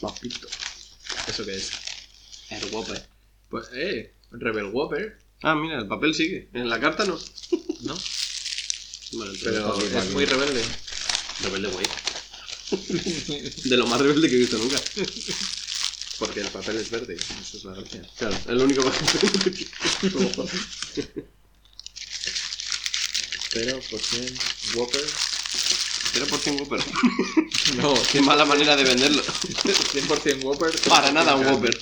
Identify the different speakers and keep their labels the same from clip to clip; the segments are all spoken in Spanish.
Speaker 1: Papito.
Speaker 2: ¿Eso qué es?
Speaker 1: El Whopper.
Speaker 2: Pues, eh, Rebel Whopper. Ah, mira, el papel sigue. En la carta no.
Speaker 1: ¿No?
Speaker 2: Bueno,
Speaker 1: Pero
Speaker 2: pero es
Speaker 1: igual.
Speaker 2: muy rebelde.
Speaker 1: Rebelde Way.
Speaker 2: De lo más rebelde que he visto nunca. Porque el papel es verde, eso es la gracia. Claro, el único papel que
Speaker 1: Pero, por cien, Whopper.
Speaker 2: 0% Whopper.
Speaker 1: No,
Speaker 2: Qué mala manera de venderlo.
Speaker 1: 100% Whopper.
Speaker 2: Para nada un Whopper.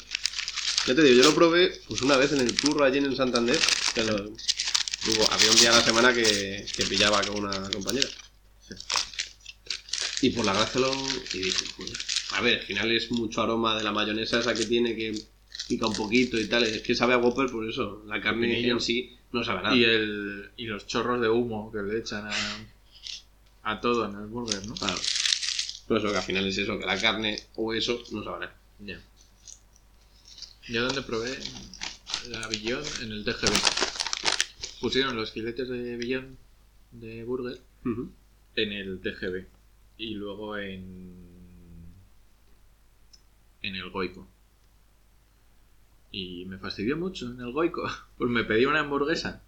Speaker 2: Ya te digo, yo lo probé pues una vez en el curro allí en el Santander. que lo- hubo- había un día a la semana que, que pillaba con una compañera. Y por la gracia lo... Y dije, joder. A ver, al final es mucho aroma de la mayonesa esa que tiene que pica un poquito y tal. Es que sabe a Whopper por eso. La carne
Speaker 3: Pepinillo.
Speaker 2: en sí no sabe a nada.
Speaker 3: Y, el, y los chorros de humo que le echan a, a todo en el burger, ¿no?
Speaker 2: Claro. Por eso que al final es eso, que la carne o eso no sabe a nada.
Speaker 3: Ya. Yo donde probé la Billón en el TGV. Pusieron los filetes de Billón de burger en el TGV y luego en en el Goico. Y me fastidió mucho en el Goico, pues me pedí una hamburguesa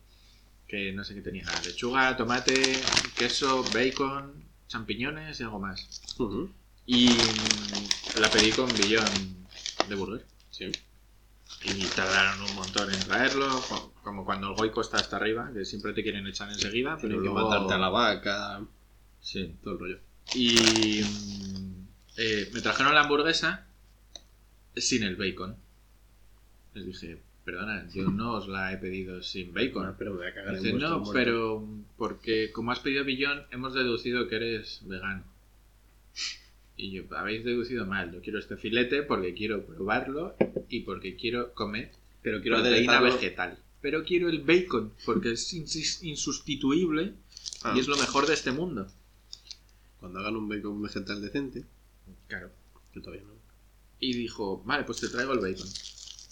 Speaker 3: que no sé qué tenía, lechuga, tomate, queso, bacon, champiñones y algo más.
Speaker 2: Ujú.
Speaker 3: Y mm, la pedí con billón de burger.
Speaker 2: Sí.
Speaker 3: Y tardaron un montón en traerlo, co- como cuando el goico está hasta arriba, que siempre te quieren echar enseguida, pero
Speaker 2: Tienen que
Speaker 3: luego-
Speaker 2: matarte a la vaca,
Speaker 3: Sí,
Speaker 2: todo el rollo.
Speaker 3: y mm, eh, me trajeron la hamburguesa sin el bacon. Les dije, perdona, yo no os la he pedido sin bacon.
Speaker 2: Ah, pero me voy a cagar
Speaker 3: Dicen, no, pero mm, porque como has pedido billón, hemos deducido que eres vegano. Y yo, habéis deducido mal. Yo quiero este filete porque quiero probarlo y porque quiero comer
Speaker 2: pero quiero
Speaker 3: proteína
Speaker 2: aderezarlo.
Speaker 3: vegetal. Pero quiero el bacon porque es insus- insustituible
Speaker 2: Ah,
Speaker 3: y es lo mejor de este mundo.
Speaker 2: Cuando hagan un bacon vegetal decente,
Speaker 3: Claro.
Speaker 2: que todavía no.
Speaker 3: Y dijo, vale, pues te traigo el bacon.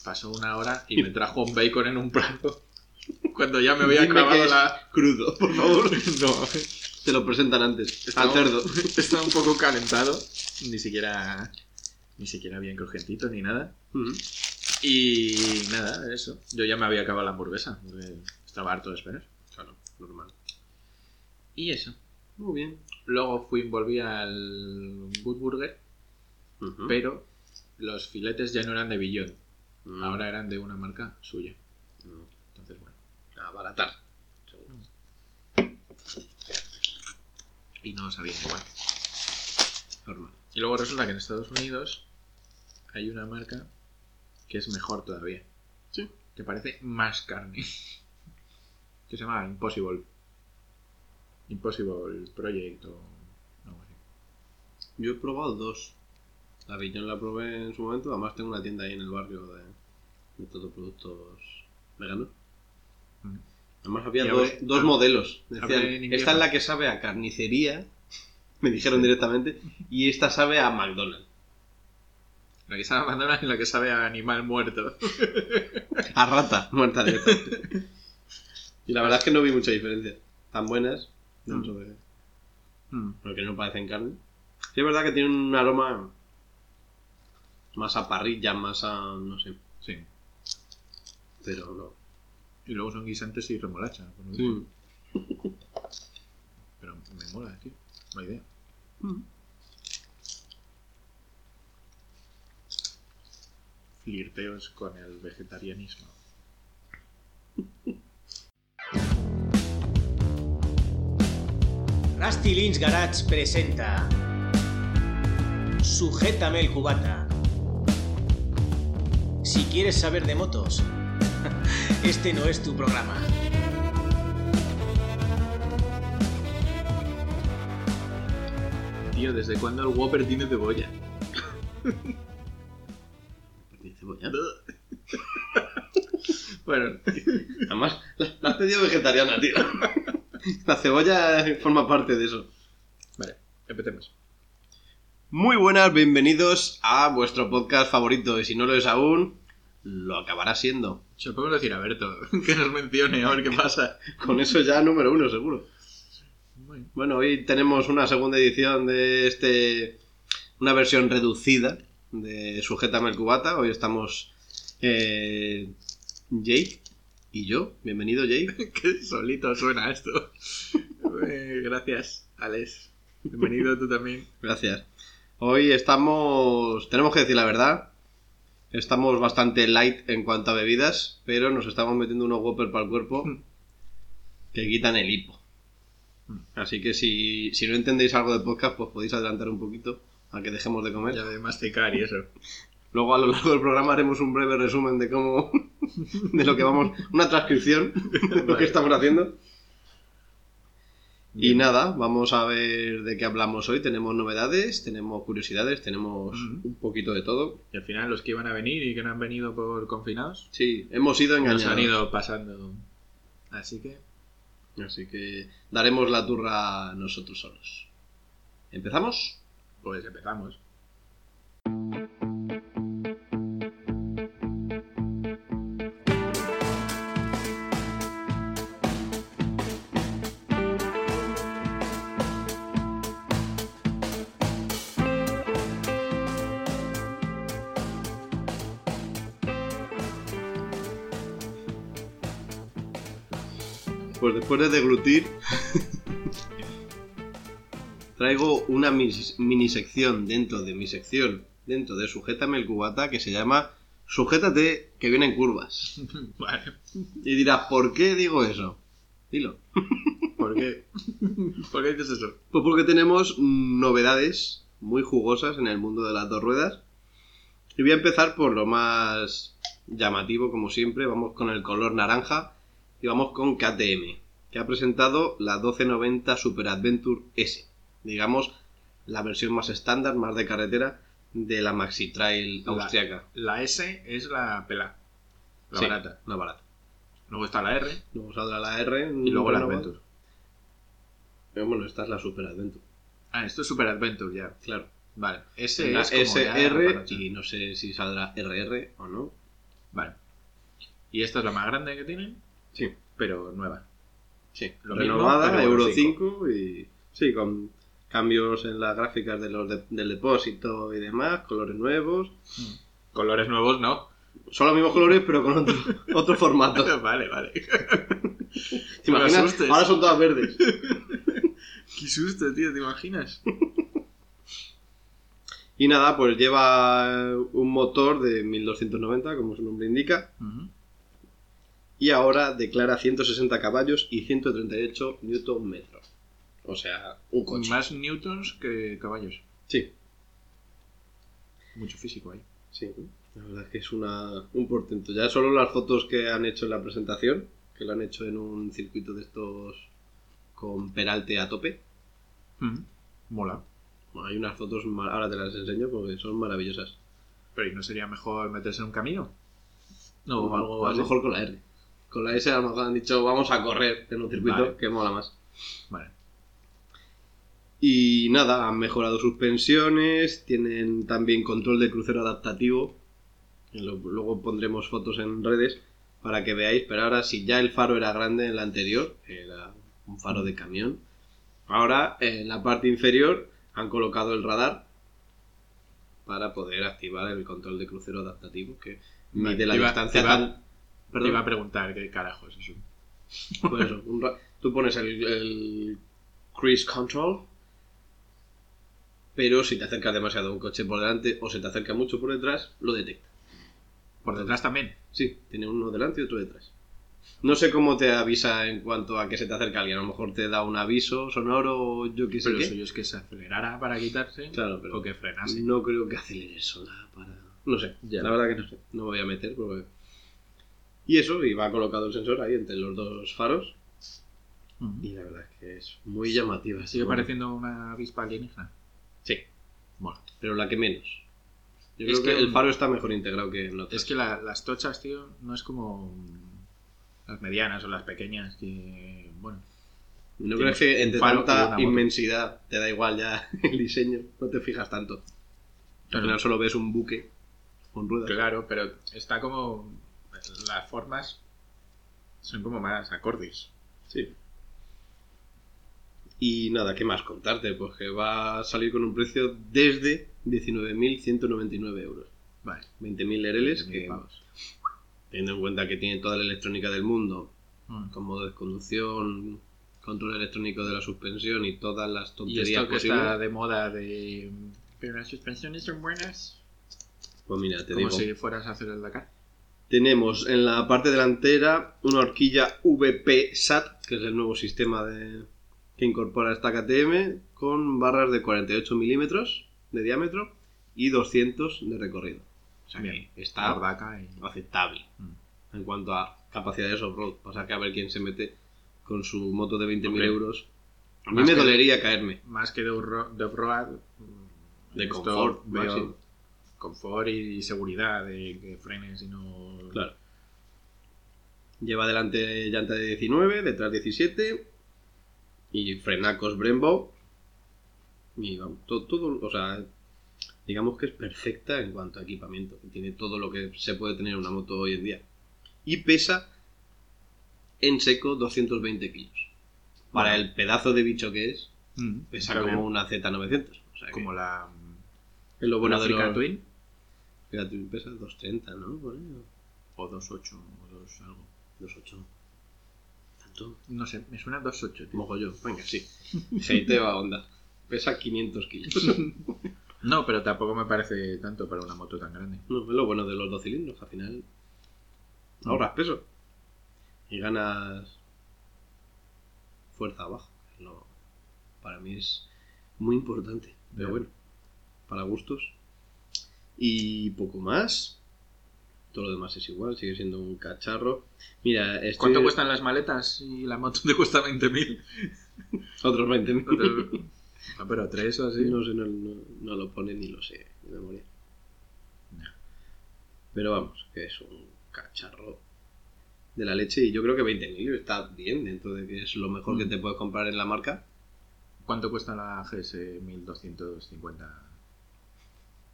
Speaker 3: Pasó una hora y me trajo un bacon en un plato. Cuando ya me había
Speaker 2: Dime que
Speaker 3: acabado
Speaker 2: es
Speaker 3: la...
Speaker 2: Crudo, por favor.
Speaker 3: No,
Speaker 2: Te lo presentan antes,
Speaker 3: Estaba-
Speaker 2: al cerdo.
Speaker 3: estaba un poco calentado. Ni siquiera... Ni siquiera bien crujientito ni nada.
Speaker 2: Ujú.
Speaker 3: Y nada, eso. Yo ya me había acabado la hamburguesa. porque Estaba harto de esperar.
Speaker 2: Claro, normal.
Speaker 3: Y eso.
Speaker 2: Muy bien.
Speaker 3: Luego fui, volví al Good Burger,
Speaker 2: Ujú.
Speaker 3: pero los filetes ya no eran de Billón.
Speaker 2: Mm.
Speaker 3: Ahora eran de una marca suya.
Speaker 2: Mm.
Speaker 3: Entonces, bueno.
Speaker 2: Abaratar. seguro.
Speaker 3: Y no sabía igual.
Speaker 2: Normal.
Speaker 3: Y luego resulta que en Estados Unidos hay una marca que es mejor todavía.
Speaker 2: Sí.
Speaker 3: Que parece más carne. Que se llama Impossible. Impossible Project o algo así.
Speaker 2: Yo he probado dos. La Billón la probé en su momento. Además, tengo una tienda ahí en el barrio de, de todo productos veganos.
Speaker 3: Mm.
Speaker 2: Además, había
Speaker 3: Y
Speaker 2: dos,
Speaker 3: abre-
Speaker 2: dos
Speaker 3: abre-
Speaker 2: modelos. Decían,
Speaker 3: abre en invierno.
Speaker 2: esta es la que sabe a carnicería. Me dijeron directamente. Y esta sabe a McDonald's.
Speaker 3: La que sabe a McDonald's y la que sabe a animal muerto.
Speaker 2: A rata muerta directamente. y la verdad es que no vi mucha diferencia. Tan buenas. Dentro de...
Speaker 3: Mm.
Speaker 2: Porque no parecen carne. Sí, es verdad que tienen un aroma más a parrilla, más a. no sé.
Speaker 3: Sí.
Speaker 2: Pero no.
Speaker 3: Y luego son guisantes y remolacha. por lo visto.
Speaker 2: Sí.
Speaker 3: Pero me mola, tío. No hay idea. Flirteos con el vegetarianismo.
Speaker 4: Rusty Lynch Garage presenta Sujétame el cubata. Si quieres saber de motos, este no es tu programa.
Speaker 3: Tío, ¿desde cuándo el Whopper tiene cebolla?
Speaker 2: Tiene cebolla.
Speaker 3: Bueno,
Speaker 2: Además, la, la has pedido vegetariana, tío. La cebolla forma parte de eso.
Speaker 3: vale, empecemos.
Speaker 2: Muy buenas, bienvenidos a vuestro podcast favorito. Y si no lo es aún, lo acabará siendo.
Speaker 3: Se lo podemos decir a Berto, que nos mencione, a ver qué pasa.
Speaker 2: Con eso ya número uno, seguro.
Speaker 3: Bueno,
Speaker 2: Bueno, hoy tenemos una segunda edición de este. Una versión reducida de Sujétame el Cubata. Hoy estamos eh, Jake y yo. Bienvenido, Jake.
Speaker 3: Qué solito suena esto. Eh, gracias, Alex. Bienvenido tú también.
Speaker 2: Gracias. Hoy estamos. Tenemos que decir la verdad. Estamos bastante light en cuanto a bebidas, pero nos estamos metiendo unos Whopper para el cuerpo que quitan el hipo. Así que si, si no entendéis algo de podcast, pues podéis adelantar un poquito a que dejemos de comer.
Speaker 3: Ya de masticar y eso.
Speaker 2: Luego a lo largo del programa haremos un breve resumen de cómo, de lo que vamos, una transcripción de lo que estamos haciendo. Y
Speaker 3: Bien.
Speaker 2: nada, vamos a ver de qué hablamos hoy. Tenemos novedades, tenemos curiosidades, tenemos
Speaker 3: Ujú.
Speaker 2: un poquito de todo.
Speaker 3: Y al final los que iban a venir y que no han venido por confinados,
Speaker 2: Sí, hemos sido
Speaker 3: nos
Speaker 2: engañados.
Speaker 3: han ido pasando. Así que,
Speaker 2: Así que daremos la turra nosotros solos. ¿Empezamos?
Speaker 3: pues empezamos.
Speaker 2: Pues después de deglutir, traigo una mis- mini sección dentro de mi sección, dentro de Sujétame el Cubata, que se llama Sujétate que vienen curvas.
Speaker 3: Vale.
Speaker 2: Y dirás, ¿por qué digo eso? Dilo.
Speaker 3: ¿Por qué? ¿Por qué dices eso?
Speaker 2: Pues porque tenemos mm, novedades muy jugosas en el mundo de las dos ruedas. Y voy a empezar por lo más llamativo, como siempre. Vamos con el color naranja y vamos con KTM, que ha presentado la 1290 Super Adventure S. Digamos, la versión más estándar, más de carretera, de la Maxi Trail
Speaker 3: La-
Speaker 2: austriaca.
Speaker 3: La S es la pela. La
Speaker 2: Sí,
Speaker 3: barata.
Speaker 2: La barata.
Speaker 3: Luego está la R
Speaker 2: Luego saldrá la R.
Speaker 3: y luego la
Speaker 2: renovada.
Speaker 3: Adventure.
Speaker 2: Eh, Bueno, esta es la Super Adventure,
Speaker 3: Ah, esto es Super Adventure ya.
Speaker 2: claro.
Speaker 3: Vale. S
Speaker 2: La
Speaker 3: es como ya la
Speaker 2: SR
Speaker 3: panocha.
Speaker 2: y no sé si saldrá RR o no.
Speaker 3: Vale. Y esta es la más grande que tienen,
Speaker 2: Sí.
Speaker 3: pero nueva.
Speaker 2: Sí,
Speaker 3: Lo
Speaker 2: renovada,
Speaker 3: mismo, pero
Speaker 2: Euro
Speaker 3: Euro
Speaker 2: 5 y sí, con cambios en las gráficas de los de- del depósito y demás, colores nuevos.
Speaker 3: Colores nuevos no.
Speaker 2: Son los mismos colores pero con otro, otro formato.
Speaker 3: vale, vale.
Speaker 2: ¿Te imaginas?
Speaker 3: asustes.
Speaker 2: Ahora son todas verdes.
Speaker 3: Qué susto, tío, ¿te imaginas?
Speaker 2: Y nada, pues lleva un motor de 1290, como su nombre indica, y ahora declara 160 caballos y 138 newton metro. O sea, un coche.
Speaker 3: Más newtons que caballos.
Speaker 2: Sí,
Speaker 3: Mucho físico ahí.
Speaker 2: Sí, la verdad es que es una, un portento. Ya solo las fotos que han hecho en la presentación, que lo han hecho en un circuito de estos con peralte a tope.
Speaker 3: Mola.
Speaker 2: Bueno, hay unas fotos, ma- ahora te las enseño porque son maravillosas.
Speaker 3: Pero ¿y no sería mejor meterse en un camino? No,
Speaker 2: O
Speaker 3: algo
Speaker 2: a lo
Speaker 3: así.
Speaker 2: mejor con la R. Con la S a lo mejor han dicho vamos a correr en un circuito
Speaker 3: Vale.
Speaker 2: que mola más.
Speaker 3: Vale.
Speaker 2: Y nada, han mejorado suspensiones, tienen también control de crucero adaptativo. que lo- Luego pondremos fotos en redes para que veáis, pero ahora si ya el faro era grande en la anterior, era un faro de camión, ahora en la parte inferior han colocado el radar para poder activar el control de crucero adaptativo que
Speaker 3: Vale,
Speaker 2: mide la
Speaker 3: te iba-
Speaker 2: distancia
Speaker 3: te iba-
Speaker 2: tan-
Speaker 3: Te
Speaker 2: Perdón.
Speaker 3: iba a preguntar qué carajo es eso.
Speaker 2: Pues eso, un ra- tú pones el, el cruise control, pero si te acercas demasiado a un coche por delante o se te acerca mucho por detrás, lo detecta.
Speaker 3: Por detrás también.
Speaker 2: Sí, tiene uno delante y otro detrás. No sé cómo te avisa en cuanto a que se te acerca alguien. A lo mejor te da un aviso sonoro o yo qué sé
Speaker 3: Pero
Speaker 2: qué.
Speaker 3: lo suyo es que se acelerara para quitarse
Speaker 2: Claro, pero Mm,
Speaker 3: o que frenase.
Speaker 2: no creo que acelere sola para... No sé,
Speaker 3: Ya.
Speaker 2: la verdad que no sé. No me voy a meter porque... Y eso, y va colocado el sensor ahí entre los dos faros.
Speaker 3: Ujú.
Speaker 2: Y la verdad es que es muy llamativa.
Speaker 3: Mm. Sigue
Speaker 2: Bueno.
Speaker 3: pareciendo una avispa alienígena.
Speaker 2: Sí.
Speaker 3: Bueno.
Speaker 2: pero la que menos. Yo
Speaker 3: Es
Speaker 2: creo que,
Speaker 3: que,
Speaker 2: el
Speaker 3: mm,
Speaker 2: faro está mejor integrado que en otras.
Speaker 3: Es que la- las tochas, tío, no es como las medianas o las pequeñas que, bueno,
Speaker 2: ¿No
Speaker 3: tienes
Speaker 2: crees que entre
Speaker 3: un faro y una
Speaker 2: tanta
Speaker 3: moto.
Speaker 2: inmensidad te da igual ya el diseño? No te fijas tanto. Al
Speaker 3: Claro.
Speaker 2: final solo ves un buque con ruedas.
Speaker 3: claro, pero está como las formas son como más acordes.
Speaker 2: Sí. Y nada, ¿qué más contarte? Pues que va a salir con un precio desde 19.199 euros.
Speaker 3: Vale.
Speaker 2: 20.000 lereles,
Speaker 3: 20.000
Speaker 2: que, vamos, teniendo en cuenta que tiene toda la electrónica del mundo,
Speaker 3: Mm.
Speaker 2: con modo de conducción, control electrónico de la suspensión y todas las
Speaker 3: Y
Speaker 2: tonterías
Speaker 3: esto que
Speaker 2: posibles,
Speaker 3: está de moda de... Pero las suspensiones son buenas.
Speaker 2: pues mira, te
Speaker 3: Como
Speaker 2: digo,
Speaker 3: si fueras a hacer el Dakar.
Speaker 2: Tenemos en la parte delantera una horquilla VP SAT, que es el nuevo sistema de- que incorpora esta KTM, con barras de 48 milímetros de diámetro y 200 de recorrido. O sea que
Speaker 3: Bien. Mm.
Speaker 2: está
Speaker 3: Dakar y...
Speaker 2: aceptable en cuanto a capacidades off-road. Pasa que a ver quién se mete con su moto de 20.000
Speaker 3: Hombre.
Speaker 2: euros. A mí
Speaker 3: Más
Speaker 2: me
Speaker 3: que-
Speaker 2: dolería caerme.
Speaker 3: Más que de off-ro- de off-road... mm,
Speaker 2: De
Speaker 3: esto
Speaker 2: confort,
Speaker 3: veo
Speaker 2: máximo.
Speaker 3: confort y seguridad de que frenes y no...
Speaker 2: Claro. Lleva delante llanta de 19, detrás 17 y frenacos Brembo. Y vamos, to- todo, o sea, digamos que es perfecta en cuanto a equipamiento. que Tiene todo lo que se puede tener una moto hoy en día. Y pesa en seco 220 kilos. Para
Speaker 3: Bueno.
Speaker 2: el pedazo de bicho que es,
Speaker 3: Mm.
Speaker 2: pesa
Speaker 3: Está
Speaker 2: como
Speaker 3: bien.
Speaker 2: una Z900. O sea que
Speaker 3: Como la...
Speaker 2: es lo bueno
Speaker 3: la
Speaker 2: de
Speaker 3: Africa
Speaker 2: los-
Speaker 3: Twin.
Speaker 2: Fíjate, pesa 230, ¿no? Por ahí, o
Speaker 3: O 2.8 o 2 algo.
Speaker 2: 2.8. Tanto.
Speaker 3: No sé, me suena 2.8, tío.
Speaker 2: Mojo yo, venga, sí. Hateo a onda. Pesa 500 kilos.
Speaker 3: No, pero tampoco me parece tanto para una moto tan grande.
Speaker 2: No, es lo bueno de los dos cilindros, que al final ahorras peso. Y ganas fuerza abajo. que lo- para mí es muy importante. Pero
Speaker 3: Ya.
Speaker 2: bueno, para gustos. Y poco más. Todo lo demás es igual, sigue siendo un cacharro. Mira, este estoy...
Speaker 3: ¿Cuánto cuestan las maletas y la moto te cuesta 20.000?
Speaker 2: Otros 20.000.
Speaker 3: Ah, pero tres o así.
Speaker 2: No sé, no, no- no lo pone ni lo sé de memoria. Pero vamos, que es un cacharro de la leche y yo creo que 20.000 está bien dentro de que es lo mejor que
Speaker 3: Mm.
Speaker 2: te puedes comprar en la marca.
Speaker 3: ¿Cuánto cuesta la GS 1250?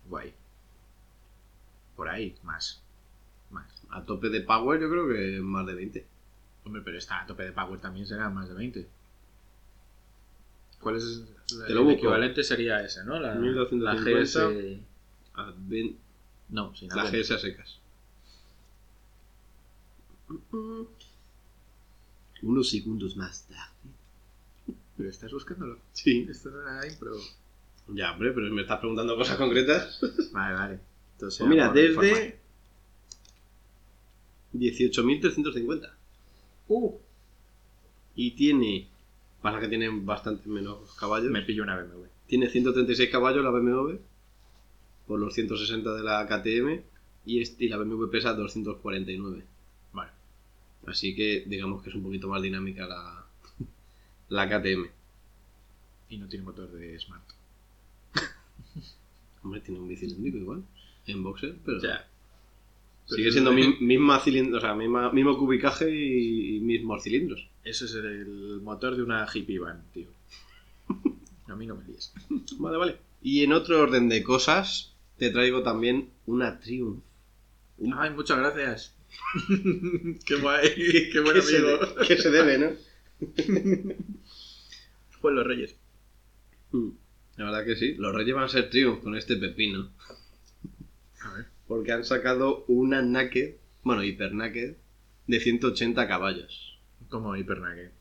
Speaker 3: Guay. Por ahí, más. Más.
Speaker 2: A tope de power yo creo que más de 20.
Speaker 3: Hombre, pero está a tope de power también será más de 20. ¿Cuál es la-
Speaker 2: Te lo
Speaker 3: el
Speaker 2: busco.
Speaker 3: equivalente sería ese, no? La,
Speaker 2: 1250.
Speaker 3: la GS.
Speaker 2: A ven-
Speaker 3: No, sin
Speaker 2: la
Speaker 3: nada.
Speaker 2: GS a secas. 1.5 segundos más tarde.
Speaker 3: Pero estás buscándolo.
Speaker 2: Sí.
Speaker 3: Esto no era impro.
Speaker 2: Ya, hombre, pero me estás preguntando cosas concretas.
Speaker 3: Vale, vale. Entonces,
Speaker 2: Pues mira,
Speaker 3: por informar.
Speaker 2: desde 18.350.
Speaker 3: Uh,
Speaker 2: Y tiene, para que tienen bastante menos caballos,
Speaker 3: me pillo una BMW.
Speaker 2: tiene 136 caballos la BMW, por los 160 de la KTM, y, este- y la BMW pesa 249.
Speaker 3: Vale.
Speaker 2: Así que digamos que es un poquito más dinámica la, la KTM.
Speaker 3: Y no tiene motor de Smart.
Speaker 2: Hombre, tiene un bicilíndrico igual, en boxer, pero...
Speaker 3: Pero
Speaker 2: Sigue
Speaker 3: eso
Speaker 2: siendo
Speaker 3: es-
Speaker 2: mi- misma cilindro, o sea, misma- mismo cubicaje y, y mismos cilindros.
Speaker 3: Eso es el motor de una hippie van, tío. A mí no me líes.
Speaker 2: Vale, vale. Y en otro orden de cosas, te traigo también una Triumph. Uh.
Speaker 3: Ay, muchas gracias. qué guay, qué buen
Speaker 2: que se
Speaker 3: amigo.
Speaker 2: de- que se debe, ¿no?
Speaker 3: Juan Pues los Reyes.
Speaker 2: Mm. La verdad que sí. Los Reyes van a ser triunfos con este pepino.
Speaker 3: A ver.
Speaker 2: Porque han sacado una naked, bueno, hiper naked, de 180 caballos.
Speaker 3: Como hipernugget.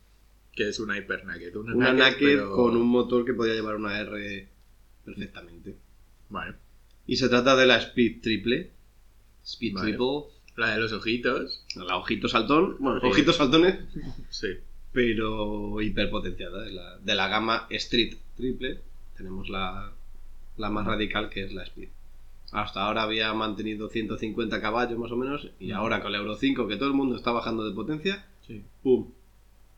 Speaker 3: Que es una hipernugget. Una,
Speaker 2: Una
Speaker 3: nugget,
Speaker 2: naked
Speaker 3: pero-
Speaker 2: con un motor que podía llevar una R perfectamente.
Speaker 3: Vale.
Speaker 2: Y se trata de la Speed Triple. Speed
Speaker 3: Vale.
Speaker 2: Triple.
Speaker 3: La de los ojitos.
Speaker 2: La ojito saltón. Bueno,
Speaker 3: Sí.
Speaker 2: ojitos saltones.
Speaker 3: Sí.
Speaker 2: Pero hiperpotenciada. De la, de la gama Street Triple tenemos la, la más radical que es la Speed. Hasta ahora había mantenido 150 caballos más o menos y
Speaker 3: Ujú.
Speaker 2: ahora con el Euro 5 que todo el mundo está bajando de potencia,
Speaker 3: Sí.
Speaker 2: ¡pum!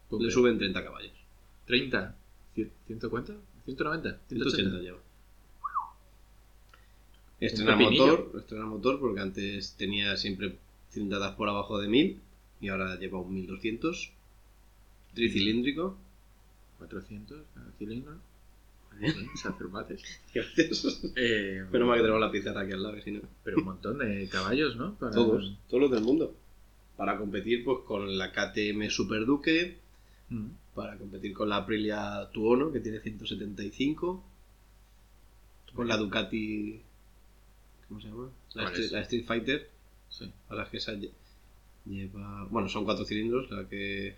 Speaker 3: Pumpe.
Speaker 2: Le suben 30 caballos.
Speaker 3: 30. ¿Cien- ¿150? ¿190?
Speaker 2: 180
Speaker 3: ¿180?
Speaker 2: lleva. Estrena
Speaker 3: pepinillo.
Speaker 2: motor, estrena motor porque antes tenía siempre cilindradas por abajo de 1000 y ahora lleva un 1200 tricilíndrico.
Speaker 3: 400 cada Ah, cilindro.
Speaker 2: Bien.
Speaker 3: Sí, se hace mates.
Speaker 2: Gracias.
Speaker 3: Eh,
Speaker 2: Menos mal que tenemos la pizarra aquí al lado, que si no.
Speaker 3: Pero un montón de caballos, ¿no? Para-
Speaker 2: Todos, todos los del mundo. Para competir pues con la KTM Super Duque,
Speaker 3: Mm.
Speaker 2: para competir con la Aprilia Tuono, que tiene 175, con la Ducati, ¿cómo se llama? La,
Speaker 3: ¿Cuál
Speaker 2: Street,
Speaker 3: es?
Speaker 2: la Street Fighter,
Speaker 3: Sí.
Speaker 2: a la que esa lle- lleva, bueno, son cuatro cilindros, la que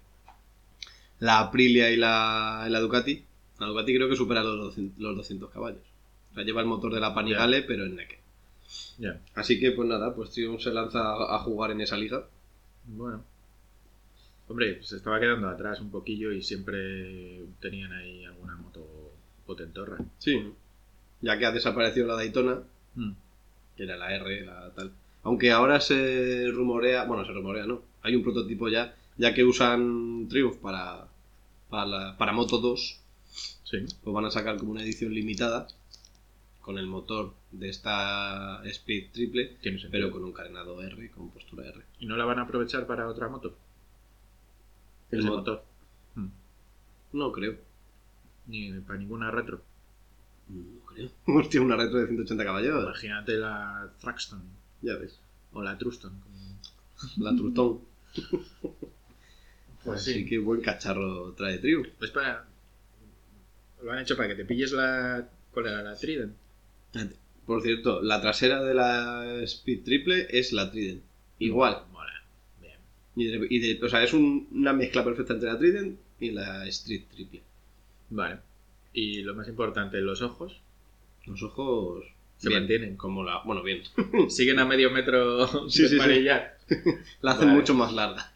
Speaker 2: la Aprilia y la, y la Ducati, la Ducati creo que supera los 200, los 200 caballos. O sea, lleva el motor de la Panigale, pero en Naked.
Speaker 3: Ya.
Speaker 2: Así que, pues nada, pues Triumph se lanza a a jugar en esa liga.
Speaker 3: Bueno. Hombre, pues se estaba quedando atrás un poquillo y siempre tenían ahí alguna moto potentorra.
Speaker 2: Sí. Ya que ha desaparecido la Daytona,
Speaker 3: Mm.
Speaker 2: que era la R, la tal. Aunque ahora se rumorea, bueno, se rumorea, ¿no? Hay un prototipo ya, ya que usan Triumph para, para, la- para Moto 2,
Speaker 3: Sí.
Speaker 2: pues van a sacar como una edición limitada con el motor de esta Speed triple,
Speaker 3: Tiene sentido.
Speaker 2: pero con un carenado R, con postura R.
Speaker 3: ¿Y no la van a aprovechar para otra moto?
Speaker 2: El
Speaker 3: Ese
Speaker 2: mo-
Speaker 3: motor. Mm.
Speaker 2: No creo.
Speaker 3: Ni para ninguna retro.
Speaker 2: No creo. Hostia, una retro de 180 caballos.
Speaker 3: Imagínate la Thruxton
Speaker 2: Ya ves.
Speaker 3: o la Truston. como-
Speaker 2: La Trutón.
Speaker 3: Pues
Speaker 2: Así
Speaker 3: sí.
Speaker 2: que buen cacharro trae Triumph.
Speaker 3: Pues para... Lo han hecho para que te pilles la... ¿Cuál era? La Trident.
Speaker 2: Por cierto, la trasera de la Speed Triple es la Trident. Igual.
Speaker 3: Mola. Bien.
Speaker 2: Y de- y de- o sea, es un- una mezcla perfecta entre la Trident y la Street Triple.
Speaker 3: Vale. Y lo más importante, los ojos.
Speaker 2: Los ojos.
Speaker 3: Se
Speaker 2: bien,
Speaker 3: mantienen.
Speaker 2: Como la. Bueno, bien.
Speaker 3: Siguen a medio metro
Speaker 2: Hmm. Sí, sí, sí.
Speaker 3: de parillar.
Speaker 2: La hacen
Speaker 3: Vale.
Speaker 2: mucho más larga.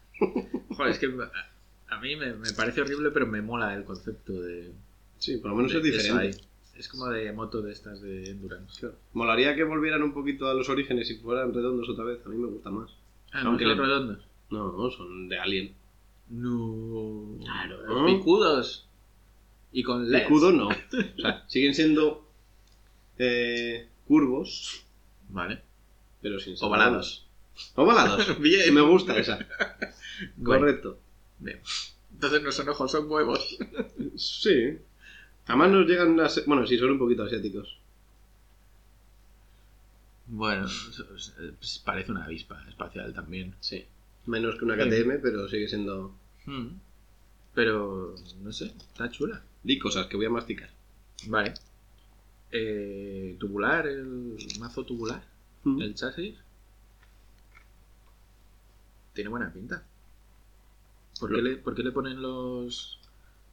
Speaker 3: Joder, es que a- a mí me, me parece horrible, pero me mola el concepto de.
Speaker 2: Sí, por lo menos
Speaker 3: de
Speaker 2: es
Speaker 3: eso
Speaker 2: diferente.
Speaker 3: ahí. Es como de moto de estas de endurance.
Speaker 2: Molaría que volvieran un poquito a los orígenes y fueran redondos otra vez. A mí me gusta más.
Speaker 3: Ah, no,
Speaker 2: Aunque
Speaker 3: son
Speaker 2: le-
Speaker 3: redondos.
Speaker 2: No, no, son de Alien.
Speaker 3: No.
Speaker 2: Claro.
Speaker 3: Picudos. Y con
Speaker 2: El
Speaker 3: leds.
Speaker 2: escudo no. O sea, siguen siendo. eh, curvos,
Speaker 3: Vale.
Speaker 2: pero sin ser
Speaker 3: Ovalados.
Speaker 2: redondos. Ovalados.
Speaker 3: Bien.
Speaker 2: Me gusta esa.
Speaker 3: Guay.
Speaker 2: Correcto.
Speaker 3: Bien. Entonces no son ojos, son huevos.
Speaker 2: Sí. Además nos llegan a ser- Bueno, sí, son un poquito asiáticos.
Speaker 3: Bueno, es- es- pues, parece una avispa espacial también.
Speaker 2: Sí. Menos que una KTM, pero sigue siendo...
Speaker 3: Mm. Pero, no sé, está chula.
Speaker 2: Di cosas que voy a masticar.
Speaker 3: Vale. Eh, tubular, el mazo tubular,
Speaker 2: Mm.
Speaker 3: el chasis. Tiene buena pinta. ¿Por,
Speaker 2: Lo-
Speaker 3: qué le, por qué le ponen los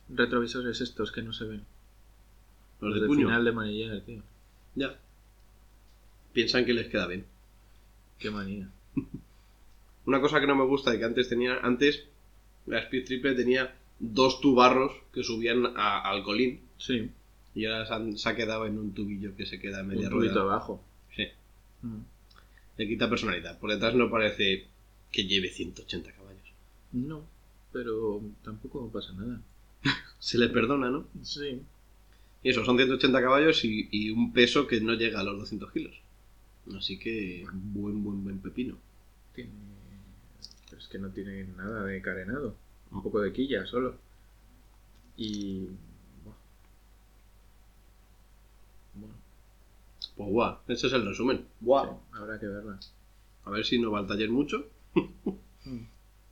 Speaker 3: retrovisores estos que no se ven?
Speaker 2: Los de
Speaker 3: del
Speaker 2: puño.
Speaker 3: final de manillar, tío.
Speaker 2: Ya. Piensan que les queda bien.
Speaker 3: Qué manía.
Speaker 2: Una cosa que no me gusta de que antes tenía... Antes la Speed Triple tenía dos tubarros que subían a- al colín.
Speaker 3: Sí,
Speaker 2: Y ahora se, han- se ha quedado en un tubillo que se queda a media
Speaker 3: un tubito
Speaker 2: rueda.
Speaker 3: abajo.
Speaker 2: Sí.
Speaker 3: Mm.
Speaker 2: Le quita personalidad. Por detrás no parece que lleve 180 caballos.
Speaker 3: No, pero tampoco pasa nada.
Speaker 2: Se le perdona, ¿no?
Speaker 3: Sí.
Speaker 2: Y eso, son 180 caballos y, y un peso que no llega a los 200 kilos. Así que, buen, buen, buen pepino.
Speaker 3: Tiene... pero es que no tiene nada de carenado. Un poco de quilla solo. Y. buah. Bueno,
Speaker 2: Pues guau, ese es el resumen. Guau.
Speaker 3: sí, habrá que verla.
Speaker 2: A ver si no va al taller mucho,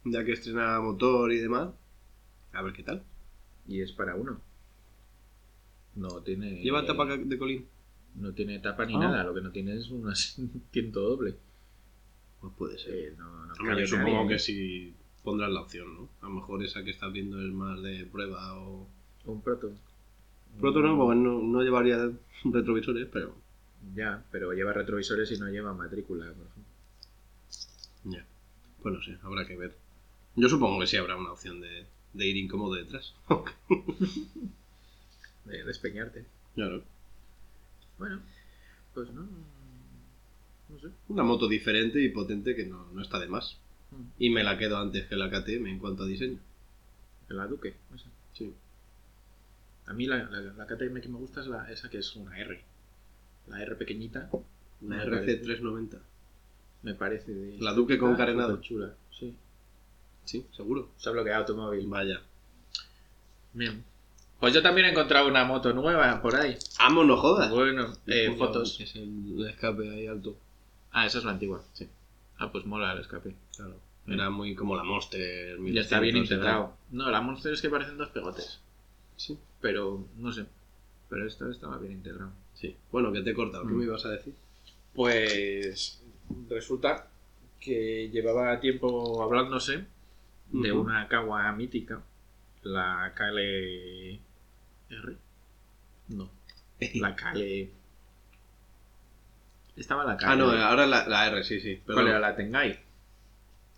Speaker 2: ya que estrena motor y demás. A ver qué tal.
Speaker 3: Y es para uno. No tiene.
Speaker 2: Lleva tapa ca- de colín.
Speaker 3: No tiene tapa ni
Speaker 2: Ah.
Speaker 3: nada. Lo que no tiene es un asiento doble.
Speaker 2: Pues puede ser.
Speaker 3: Eh, no, no
Speaker 2: Hombre,
Speaker 3: cabe
Speaker 2: yo supongo
Speaker 3: nadie.
Speaker 2: que sí pondrás la opción, ¿no? A lo mejor esa que estás viendo es más de prueba o...
Speaker 3: Un proto.
Speaker 2: Pronto no, porque pues, no, no llevaría retrovisores, pero...
Speaker 3: Ya, pero lleva retrovisores y no lleva matrícula, por ejemplo.
Speaker 2: Ya. Pues no sé, habrá que ver. Yo supongo que sí habrá una opción de, de ir incómodo detrás.
Speaker 3: De despeñarte.
Speaker 2: Claro.
Speaker 3: Bueno, pues no. No sé.
Speaker 2: Una moto diferente y potente que no, no está de más.
Speaker 3: Mm.
Speaker 2: Y me la quedo antes que la KTM en cuanto a diseño.
Speaker 3: La Duque, no sé.
Speaker 2: Sí.
Speaker 3: A mí la, la, la KTM que me gusta es la, esa que es una R. La R pequeñita
Speaker 2: La
Speaker 3: Me parece.
Speaker 2: RC390.
Speaker 3: me parece de...
Speaker 2: La Duque con
Speaker 3: está
Speaker 2: carenado.
Speaker 3: súper chula, sí.
Speaker 2: Sí, seguro.
Speaker 3: Se ha bloqueado automóvil.
Speaker 2: Vaya.
Speaker 3: Bien. Pues yo también he encontrado una moto nueva por ahí.
Speaker 2: ¡Amo, no jodas!
Speaker 3: Bueno, eh,
Speaker 2: Coño,
Speaker 3: fotos.
Speaker 2: que Es el escape ahí alto.
Speaker 3: Ah, esa es la antigua, sí. Ah, pues mola el escape.
Speaker 2: Claro. Era muy como la Monster.
Speaker 3: Ya está
Speaker 2: 1200 y
Speaker 3: bien
Speaker 2: tal.
Speaker 3: integrado. No, la Monster es que parecen dos pegotes.
Speaker 2: Sí.
Speaker 3: Pero, no sé. Pero esto estaba bien integrado.
Speaker 2: Sí. Bueno, que te he cortado. ¿Qué
Speaker 3: Mm.
Speaker 2: me ibas a decir?
Speaker 3: Pues resulta que llevaba tiempo hablándose de
Speaker 2: Ujú.
Speaker 3: una cagua mítica, la Kale R. No, la Kale. Estaba la Kale.
Speaker 2: Ah, no, ahora la, la R, sí, sí.
Speaker 3: ¿Cuál era?
Speaker 2: Perdón.
Speaker 3: La Tengai.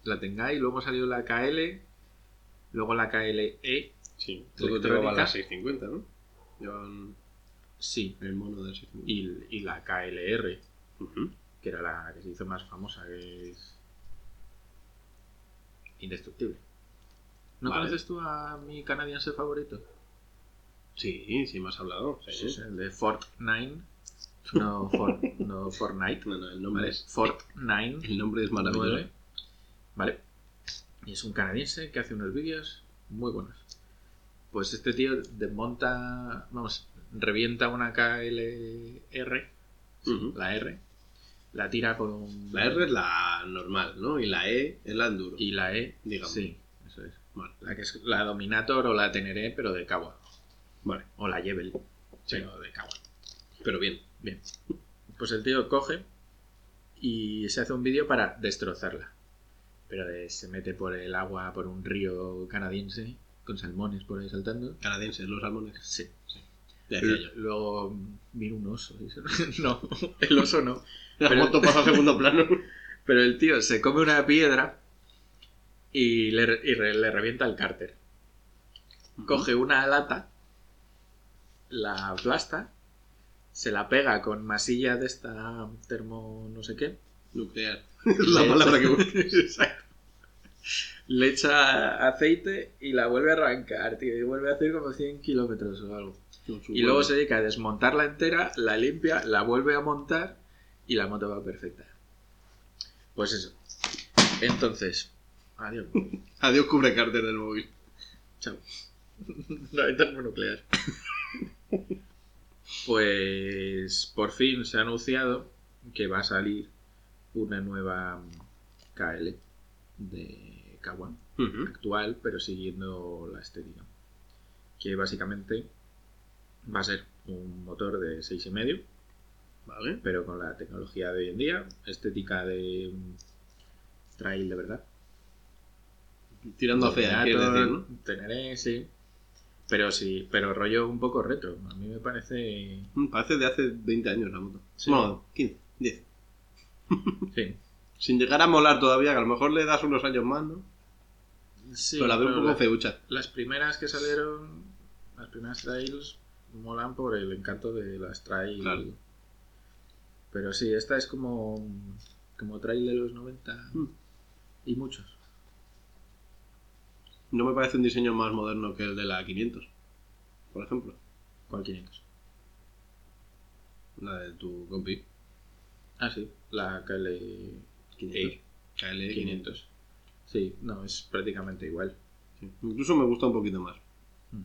Speaker 3: La Tengai, luego salió la KL, luego la E, KLE.
Speaker 2: Sí, todo
Speaker 3: Electrónica.
Speaker 2: llevaba la 650, ¿no? Llevaban
Speaker 3: Sí,
Speaker 2: el mono de 650.
Speaker 3: y, y la KLR,
Speaker 2: Ujú.
Speaker 3: que era la que se hizo más famosa, que es indestructible. ¿No
Speaker 2: Vale.
Speaker 3: conoces tú a mi canadiense favorito?
Speaker 2: Sí, sí, me has hablado. Sí,
Speaker 3: Es el de Fortnite. No, For- no Fortnite.
Speaker 2: No, no, el nombre
Speaker 3: ¿vale?
Speaker 2: es.
Speaker 3: Fortnite.
Speaker 2: El nombre es maravilloso.
Speaker 3: Nueve. Vale. Y es un canadiense que hace unos vídeos muy buenos. Pues este tío desmonta, vamos, revienta una KLR,
Speaker 2: Ujú.
Speaker 3: la R, la tira con...
Speaker 2: La R es la normal, ¿no? Y la E es la enduro.
Speaker 3: Y la E,
Speaker 2: Digamos.
Speaker 3: Sí, eso es.
Speaker 2: Vale.
Speaker 3: La que es la Dominator o la Teneré, pero de Kawa.
Speaker 2: Vale.
Speaker 3: O la Jebel, pero de Kawa.
Speaker 2: Pero bien.
Speaker 3: Pues el tío coge y se hace un vídeo para destrozarla. Pero de- se mete por el agua, por un río canadiense, con salmones por ahí saltando.
Speaker 2: Canadienses, los salmones.
Speaker 3: Sí.
Speaker 2: Ya decía yo.
Speaker 3: L- Luego viene un oso. y eso- No, el oso no.
Speaker 2: La
Speaker 3: Pero-
Speaker 2: moto pasa a segundo plano.
Speaker 3: Pero el tío se come una piedra y le, re- y re- le revienta el cárter. Coge una lata, la aplasta, se la pega con masilla de esta termo no sé qué.
Speaker 2: Nuclear. Es la palabra que busco.
Speaker 3: Exacto. Le echa aceite y la vuelve a arrancar, tío. Y vuelve a hacer como 100 kilómetros o algo. Y luego se dedica a desmontarla entera, la limpia, la vuelve a montar y la moto va perfecta. Pues eso. Entonces. Adiós.
Speaker 2: Adiós, cubre cárter del móvil.
Speaker 3: No hay termonuclear. Pues por fin se ha anunciado que va a salir una nueva KL de Kawan. actual, pero siguiendo la estética. Que básicamente va a ser un motor de 6,5,
Speaker 2: Vale.
Speaker 3: pero con la tecnología de hoy en día, estética de mm, trail de verdad.
Speaker 2: Tirando a fea, quiero
Speaker 3: Dominator,
Speaker 2: decir, ¿no?
Speaker 3: Teneré, sí. Pero sí, pero rollo un poco retro. A mí me parece.
Speaker 2: Mm, Parece de hace 20 años la moto.
Speaker 3: Sí.
Speaker 2: No, 15, 10.
Speaker 3: Sí.
Speaker 2: Sin llegar a molar todavía, que a lo mejor le das unos años más, ¿no?
Speaker 3: Sí,
Speaker 2: pero la veo un
Speaker 3: pero
Speaker 2: poco
Speaker 3: la-
Speaker 2: feucha.
Speaker 3: Las primeras que salieron, las primeras trails, molan por el encanto de las trails.
Speaker 2: Claro.
Speaker 3: Pero sí, esta es como, como trail de los 90
Speaker 2: Mm.
Speaker 3: y muchos.
Speaker 2: No me parece un diseño más moderno que el de la 500, por ejemplo.
Speaker 3: ¿Cuál 500?
Speaker 2: La de tu compi.
Speaker 3: Ah, sí, la KL
Speaker 2: 500. KL 500.
Speaker 3: Sí, no, es prácticamente igual.
Speaker 2: Sí. Incluso me gusta un poquito más.
Speaker 3: Mm.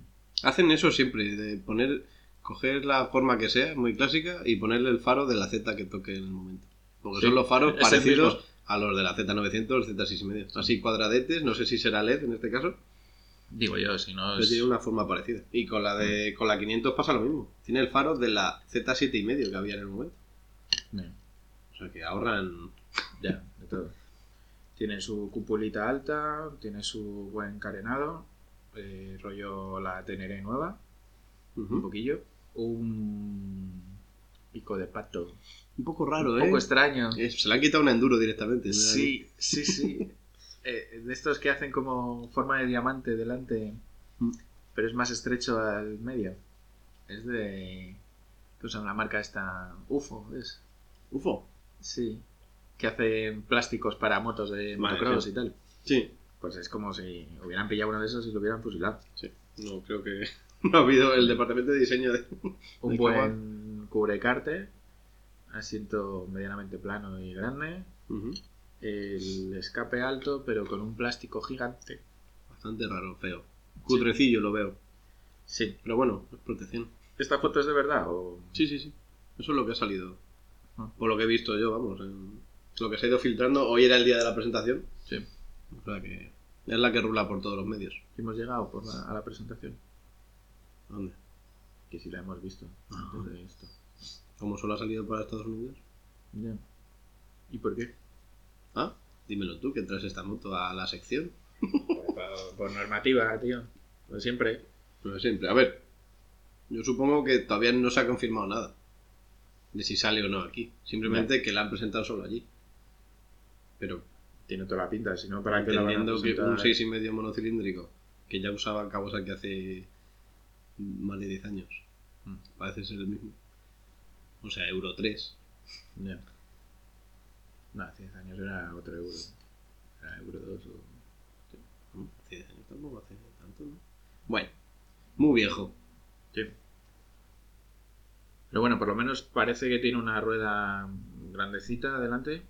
Speaker 2: Hacen eso siempre, de poner, coger la forma que sea, muy clásica, y ponerle el faro de la Z que toque en el momento. Porque
Speaker 3: Sí,
Speaker 2: son los faros
Speaker 3: es el
Speaker 2: parecidos a los de la Z900, Z6,5. Así cuadradetes, no sé si será LED en este caso,
Speaker 3: Digo yo, si no
Speaker 2: pero
Speaker 3: es...
Speaker 2: tiene una forma parecida. Y con la de con la 500 pasa lo mismo. Tiene el faro de la Z7,5 que había en el momento.
Speaker 3: No,
Speaker 2: O sea que ahorran...
Speaker 3: ya, de todo. Tiene su cupulita alta, tiene su buen carenado, eh, rollo la Teneré nueva. un
Speaker 2: Ujú.
Speaker 3: poquillo. Un pico de pato.
Speaker 2: Un poco raro,
Speaker 3: Un
Speaker 2: ¿eh?
Speaker 3: poco extraño.
Speaker 2: Eh, Se le han quitado un enduro directamente. ¿no?
Speaker 3: Sí, sí, sí. Eh, de estos que hacen como forma de diamante delante,
Speaker 2: Mm.
Speaker 3: pero es más estrecho al medio. Es de. que usan la marca esta. UFO, es.
Speaker 2: Ufo.
Speaker 3: Sí. Que hacen plásticos para motos de
Speaker 2: Vale,
Speaker 3: motocross
Speaker 2: sí.
Speaker 3: y tal.
Speaker 2: Sí.
Speaker 3: Pues es como si hubieran pillado uno de esos y lo hubieran fusilado.
Speaker 2: No, creo que no ha habido el departamento de diseño de...
Speaker 3: un
Speaker 2: De
Speaker 3: buen cubrecarte, asiento medianamente plano y grande, el escape alto pero con un plástico gigante.
Speaker 2: Bastante raro, feo. Cutrecillo lo veo.
Speaker 3: Sí.
Speaker 2: Pero bueno, es protección.
Speaker 3: ¿Esta foto es de verdad o...?
Speaker 2: Sí, sí, sí. Eso es lo que ha salido.
Speaker 3: Ah.
Speaker 2: Por lo que he visto yo, vamos. en- Lo que se ha ido filtrando. Hoy era el día de la presentación.
Speaker 3: Sí.
Speaker 2: O sea que es la que rula por todos los medios.
Speaker 3: Hemos llegado por la- a la presentación.
Speaker 2: ¿Dónde?
Speaker 3: Que si la hemos visto antes de esto.
Speaker 2: ¿Cómo solo ha salido para Estados Unidos?
Speaker 3: Ya. ¿Y por qué?
Speaker 2: Ah, dímelo tú, que entras esta moto a la sección.
Speaker 3: Por, por normativa, tío. Pues siempre.
Speaker 2: Pero siempre, a ver. Yo supongo que todavía no se ha confirmado nada de si sale o no aquí. Simplemente que la han presentado solo allí. Pero
Speaker 3: Tiene toda la pinta, si no, ¿para qué la van a
Speaker 2: entendiendo que un
Speaker 3: presentar?
Speaker 2: 6,5 monocilíndrico que ya usaba Kawasaki hace más de 10 años.
Speaker 3: Mm.
Speaker 2: Parece ser el mismo. O sea, Euro 3.
Speaker 3: Ya. No, hace 10 años era otro euro. Era euro 2 o...
Speaker 2: ¿no? Hace 10 años tampoco hace tanto, ¿no? Bueno, muy viejo.
Speaker 3: Sí. Pero bueno, por lo menos parece que tiene una rueda grandecita adelante.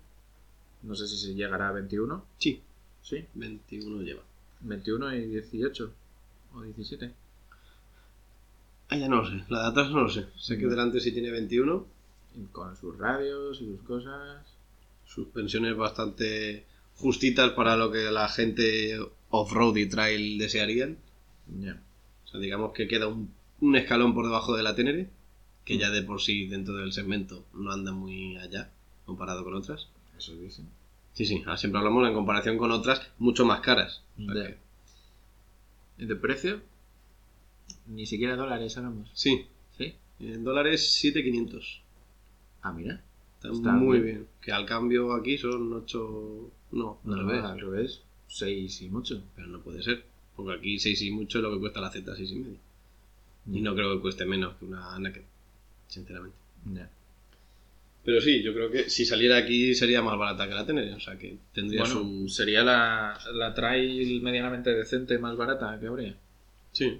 Speaker 3: No sé si se llegará a 21.
Speaker 2: Sí,
Speaker 3: Sí,
Speaker 2: 21 lleva.
Speaker 3: 21 y 18. O 17.
Speaker 2: Ah, ya no lo sé. La de atrás no lo sé. Sé que delante sí tiene 21.
Speaker 3: Y con sus radios y sus cosas.
Speaker 2: suspensiones bastante justitas para lo que la gente off-road y trail desearían.
Speaker 3: Ya.
Speaker 2: O sea, digamos que queda un, un escalón por debajo de la Tenere, que ya de por sí dentro del segmento no anda muy allá comparado con otras.
Speaker 3: Eso dicen.
Speaker 2: Sí, sí, ahora siempre hablamos en comparación con otras mucho más caras. O sea
Speaker 3: Ya.
Speaker 2: que-
Speaker 3: ¿Y de precio? Ni siquiera dólares hablamos.
Speaker 2: Sí,
Speaker 3: ¿Sí?
Speaker 2: en dólares 7.500.
Speaker 3: Ah, mira.
Speaker 2: Está,
Speaker 3: Está
Speaker 2: muy
Speaker 3: bien.
Speaker 2: bien. Que al cambio aquí son 8... No,
Speaker 3: No,
Speaker 2: al revés.
Speaker 3: al revés. 6 y mucho.
Speaker 2: Pero no puede ser, porque aquí 6 y mucho es lo que cuesta la Z 6 y medio. Y no creo que cueste menos que una Naked, sinceramente.
Speaker 3: Ya.
Speaker 2: Pero sí, yo creo que si saliera aquí sería más barata que la Tenere, o sea que tendría
Speaker 3: Bueno,
Speaker 2: su...
Speaker 3: sería la, la trail medianamente decente más barata que habría.
Speaker 2: Sí,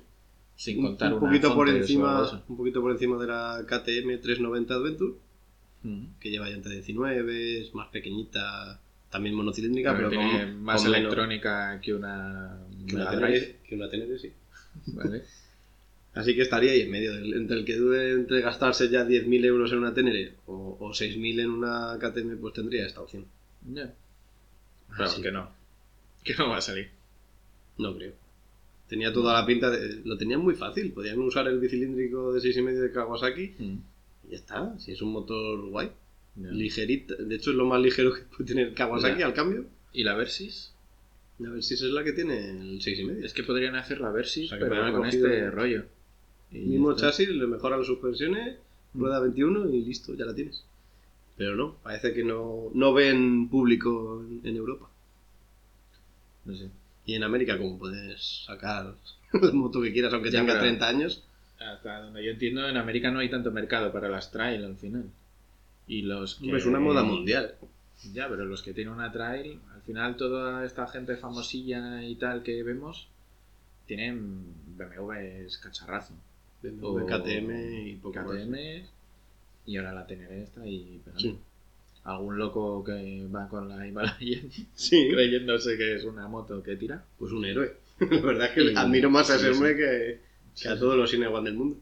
Speaker 3: Sin
Speaker 2: un,
Speaker 3: contar
Speaker 2: un
Speaker 3: una
Speaker 2: poquito por
Speaker 3: Contes o algo
Speaker 2: encima
Speaker 3: así.
Speaker 2: un poquito por encima de la KTM 390 Adventure,
Speaker 3: Mm.
Speaker 2: que lleva llanta 19, es más pequeñita, también monocilíndrica,
Speaker 3: Pero
Speaker 2: pero,
Speaker 3: tiene
Speaker 2: con,
Speaker 3: más
Speaker 2: con menos-
Speaker 3: electrónica que una
Speaker 2: que una
Speaker 3: Mega Drive,
Speaker 2: Tenere, que una Tenere, sí.
Speaker 3: ¿vale?
Speaker 2: Así que estaría ahí en medio, del- entre el que dude entre gastarse ya 10.000 euros en una Tenere o, o 6.000 en una KTM, pues tendría esta opción.
Speaker 3: Ya. Pero
Speaker 2: Así
Speaker 3: que no. Que no va a salir.
Speaker 2: No creo. Tenía toda la pinta de... Lo tenían muy fácil. Podían usar el bicilíndrico de 6,5 de Kawasaki y ya está. Si es un motor guay.
Speaker 3: Ya.
Speaker 2: Ligerita. De hecho, es lo más ligero que puede tener Kawasaki
Speaker 3: Ya.
Speaker 2: al cambio.
Speaker 3: ¿Y la Versys?
Speaker 2: A ver si esa es la que tiene el 6,5.
Speaker 3: Es que podrían hacer la Versys,
Speaker 2: O sea, que podrían
Speaker 3: pero con
Speaker 2: haber cogido-
Speaker 3: este rollo. Y ya
Speaker 2: Mismo
Speaker 3: está.
Speaker 2: chasis, le mejoran las suspensiones,
Speaker 3: Mm.
Speaker 2: rueda 21 y listo, ya la tienes. Pero no, parece que no, no ven público en, en Europa.
Speaker 3: No sé.
Speaker 2: Y en América, como puedes sacar el moto que quieras, aunque
Speaker 3: Ya,
Speaker 2: tenga
Speaker 3: pero-
Speaker 2: 30 años.
Speaker 3: Hasta donde yo entiendo, en América no hay tanto mercado para las trail al final. Y los que...
Speaker 2: Es una moda mundial.
Speaker 3: Ya, pero los que tienen una trail, al final toda esta gente famosilla y tal que vemos, tienen BMWs cacharrazo.
Speaker 2: O KTM y poco más.
Speaker 3: KTM y ahora la Teneré esta y pegando.
Speaker 2: Sí.
Speaker 3: Algún loco que va con la Himalaya
Speaker 2: Sí,
Speaker 3: creyéndose que es una moto que tira.
Speaker 2: pues un héroe. La verdad es que
Speaker 3: Y-
Speaker 2: admiro más a ese
Speaker 3: sí,
Speaker 2: hombre que, que a todos los Cinewan del mundo.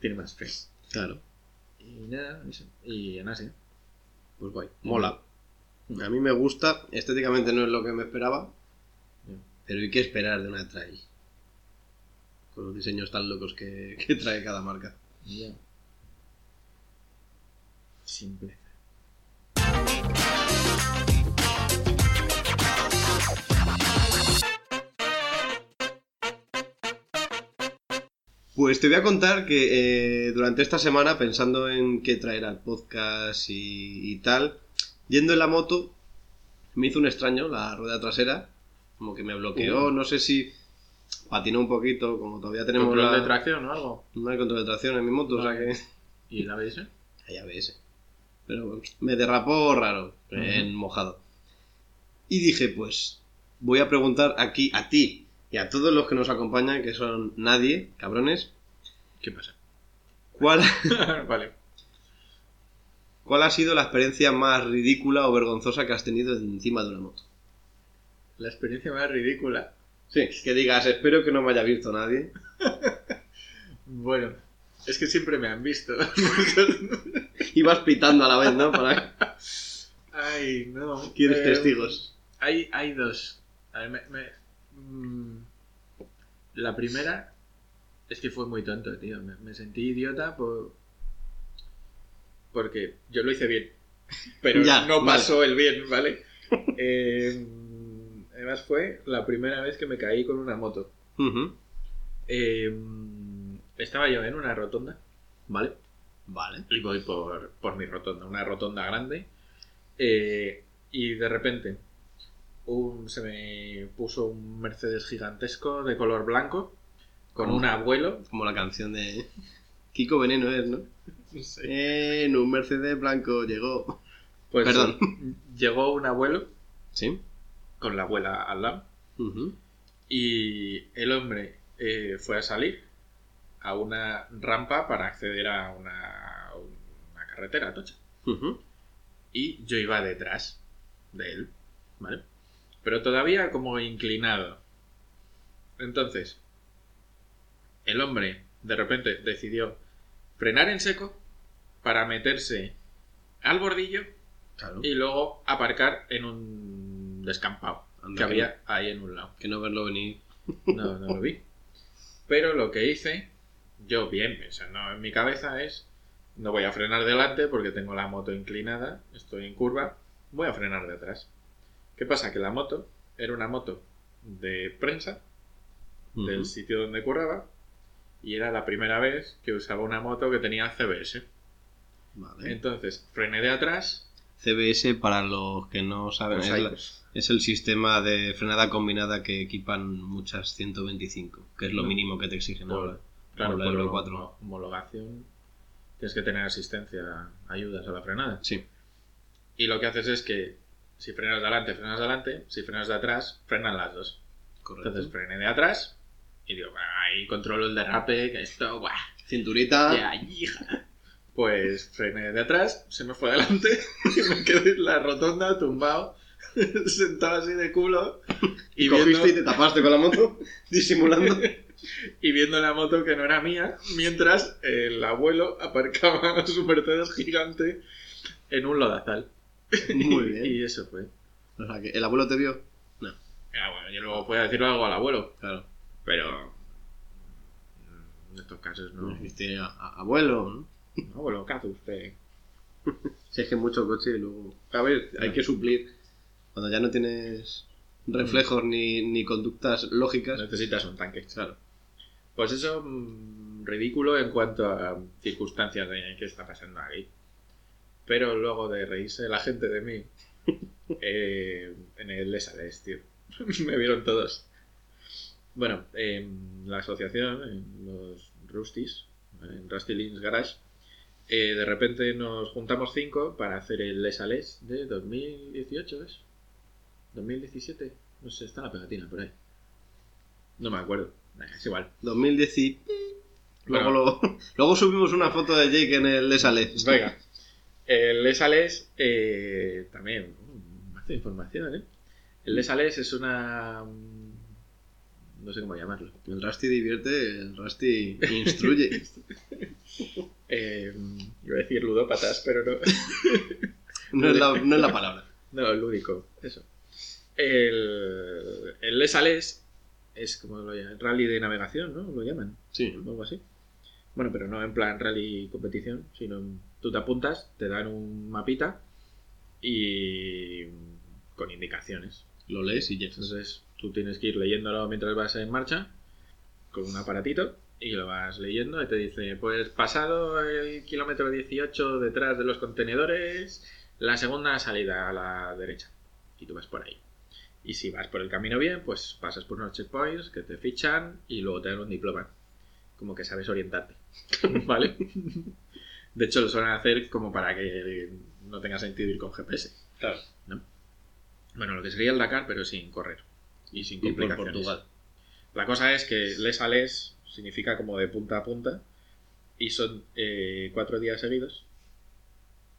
Speaker 3: Tiene más fe.
Speaker 2: Claro,
Speaker 3: Y nada, eso. Y en Asia.
Speaker 2: pues guay. Mola. A mí me gusta, estéticamente no es lo que me esperaba,
Speaker 3: Ya.
Speaker 2: pero hay que esperar de una trail. Con los diseños tan locos que, que trae cada marca.
Speaker 3: Ya. Simple.
Speaker 2: Pues te voy a contar que eh, durante esta semana, pensando en qué traer al podcast y, y tal, yendo en la moto, me hizo un extraño la rueda trasera, como que me bloqueó, no sé si patinó un poquito, como todavía tenemos
Speaker 3: ¿Control de
Speaker 2: la...
Speaker 3: tracción o algo?
Speaker 2: No hay control de tracción en mi moto, o sea que...
Speaker 3: ¿Y la BS?
Speaker 2: Hay ABS. Pero me derrapó raro,
Speaker 3: Ujú.
Speaker 2: en mojado. Y dije, pues voy a preguntar aquí a ti y a todos los que nos acompañan, que son nadie, cabrones,
Speaker 3: ¿Qué pasa?
Speaker 2: ¿cuál...
Speaker 3: vale.
Speaker 2: ¿Cuál ha sido la experiencia más ridícula o vergonzosa que has tenido encima de una moto?
Speaker 3: La experiencia más ridícula.
Speaker 2: Sí, que digas, espero que no me haya visto nadie.
Speaker 3: Bueno, es que siempre me han visto.
Speaker 2: Y vas pitando a la vez, ¿no? Para
Speaker 3: Ay, no.
Speaker 2: quieres
Speaker 3: Eh,
Speaker 2: testigos.
Speaker 3: Hay, hay dos. A ver, me- me- mm, la primera es que fue muy tonto, tío. Me, me sentí idiota por... porque yo lo hice bien. Pero
Speaker 2: Ya,
Speaker 3: no
Speaker 2: vale.
Speaker 3: pasó el bien, ¿vale? Eh, además fue la primera vez que me caí con una moto.
Speaker 2: Ujú.
Speaker 3: Eh, estaba yo en una rotonda, ¿vale?
Speaker 2: Vale.
Speaker 3: Y voy por, por mi rotonda, una rotonda grande. eh, y de repente un- se me puso un Mercedes gigantesco de color blanco
Speaker 2: Oh.
Speaker 3: con un abuelo.
Speaker 2: Como la canción de Kiko Veneno es, ¿no?
Speaker 3: Sí.
Speaker 2: En un Mercedes blanco llegó.
Speaker 3: Pues,
Speaker 2: Perdón.
Speaker 3: Llegó un abuelo
Speaker 2: Sí.
Speaker 3: con la abuela al lado.
Speaker 2: Ujú.
Speaker 3: Y el hombre eh, fue a salir a una rampa para acceder a una, una carretera tocha.
Speaker 2: Ujú.
Speaker 3: y yo iba detrás de él, ¿vale? Pero todavía como inclinado. Entonces, el hombre de repente decidió frenar en seco para meterse al bordillo
Speaker 2: Claro.
Speaker 3: y luego aparcar en un descampado
Speaker 2: Anda
Speaker 3: que
Speaker 2: que
Speaker 3: había ahí en un lado.
Speaker 2: Que no verlo venir.
Speaker 3: No, no lo vi. Pero lo que hice, yo bien pensando en mi cabeza, es: no voy a frenar delante porque tengo la moto inclinada, estoy en curva, voy a frenar detrás. ¿Qué pasa? Que la moto era una moto de prensa del
Speaker 2: Ujú.
Speaker 3: sitio donde curraba y era la primera vez que usaba una moto que tenía CBS.
Speaker 2: Vale.
Speaker 3: Entonces frené de atrás. pues
Speaker 2: CBS, para los que no saben,
Speaker 3: los
Speaker 2: es, la-
Speaker 3: aires.
Speaker 2: es el sistema de frenada combinada que equipan muchas 125, que es lo
Speaker 3: Ujú.
Speaker 2: mínimo que te exigen
Speaker 3: Por-
Speaker 2: ahora.
Speaker 3: Claro, pues
Speaker 2: la
Speaker 3: por
Speaker 2: Euro
Speaker 3: la
Speaker 2: cuatro.
Speaker 3: homologación tienes que tener asistencia, ayudas a la frenada.
Speaker 2: Sí.
Speaker 3: Y lo que haces es que si frenas de adelante, frenas de adelante, si frenas de atrás, frenan las dos.
Speaker 2: Correcto.
Speaker 3: Entonces frené de atrás y digo, "Bueno, ahí controlo el derrape, que esto, guau,
Speaker 2: Cinturita.
Speaker 3: ya, hija. Pues frené de atrás, se me fue adelante y me quedé en la rotonda tumbado, sentado así de culo y viendo,
Speaker 2: te tapaste con la moto, disimulando.
Speaker 3: y viendo la moto que no era mía, mientras el abuelo aparcaba su Mercedes gigante en un lodazal.
Speaker 2: Muy bien.
Speaker 3: Y eso fue.
Speaker 2: O sea, que el abuelo te vio.
Speaker 3: Ah, bueno, yo luego voy a decirle algo al abuelo,
Speaker 2: Claro.
Speaker 3: pero mm, en estos casos no.
Speaker 2: Me dijiste a- a- abuelo, ¿no?
Speaker 3: Abuelo, ¿qué hace usted?
Speaker 2: Si es que mucho coche y luego. A ver, hay
Speaker 3: Ya.
Speaker 2: que suplir. Cuando ya no tienes
Speaker 3: Mm.
Speaker 2: reflejos ni, ni conductas lógicas.
Speaker 3: Necesitas un tanque.
Speaker 2: Claro.
Speaker 3: Pues eso, mm, ridículo en cuanto a circunstancias de qué está pasando aquí. Pero luego de reírse la gente de mí, eh, en el S.A.D.S., tío. Me vieron todos. Bueno, em, la asociación, en los Rustis, en Rusty Links Garage, eh, de repente nos juntamos cinco para hacer el Les a Les de 2018, ¿es? 2017, no sé, está la pegatina por ahí. No me acuerdo, Nah, es igual.
Speaker 2: 2010. y- Luego,
Speaker 3: Bueno.
Speaker 2: lo- luego subimos una foto de Jake en el sale
Speaker 3: Venga. El Les a Les, eh, también, uh, más de información, ¿eh? El Les a Les es una... mm, No sé cómo llamarlo.
Speaker 2: El Rusty divierte, el Rusty instruye.
Speaker 3: Eh, iba a decir ludópatas, pero no.
Speaker 2: No es la, no es la palabra.
Speaker 3: No, lúdico, eso. El, el Les a Les es como lo llaman, rally de navegación, ¿no? Lo llaman,
Speaker 2: Sí.
Speaker 3: o algo así. Bueno, pero no en plan rally competición, sino en- tú te apuntas, te dan un mapita y con indicaciones.
Speaker 2: Lo lees y ya.
Speaker 3: Entonces tú tienes que ir leyéndolo mientras vas en marcha con un aparatito y lo vas leyendo y te dice, pues pasado el kilómetro 18 detrás de los contenedores, la segunda salida a la derecha. Y tú vas por ahí. Y si vas por el camino bien, pues pasas por unos checkpoints que te fichan y luego te dan un diploma. Como que sabes orientarte. ¿Vale? De hecho, lo suelen hacer como para que no tenga sentido ir con GPS.
Speaker 2: Claro.
Speaker 3: ¿no? Bueno, lo que sería el Dakar, pero sin correr. Y sin
Speaker 2: Y por
Speaker 3: complicaciones.
Speaker 2: Portugal.
Speaker 3: La cosa es que les a les significa como de punta a punta y son eh, cuatro días seguidos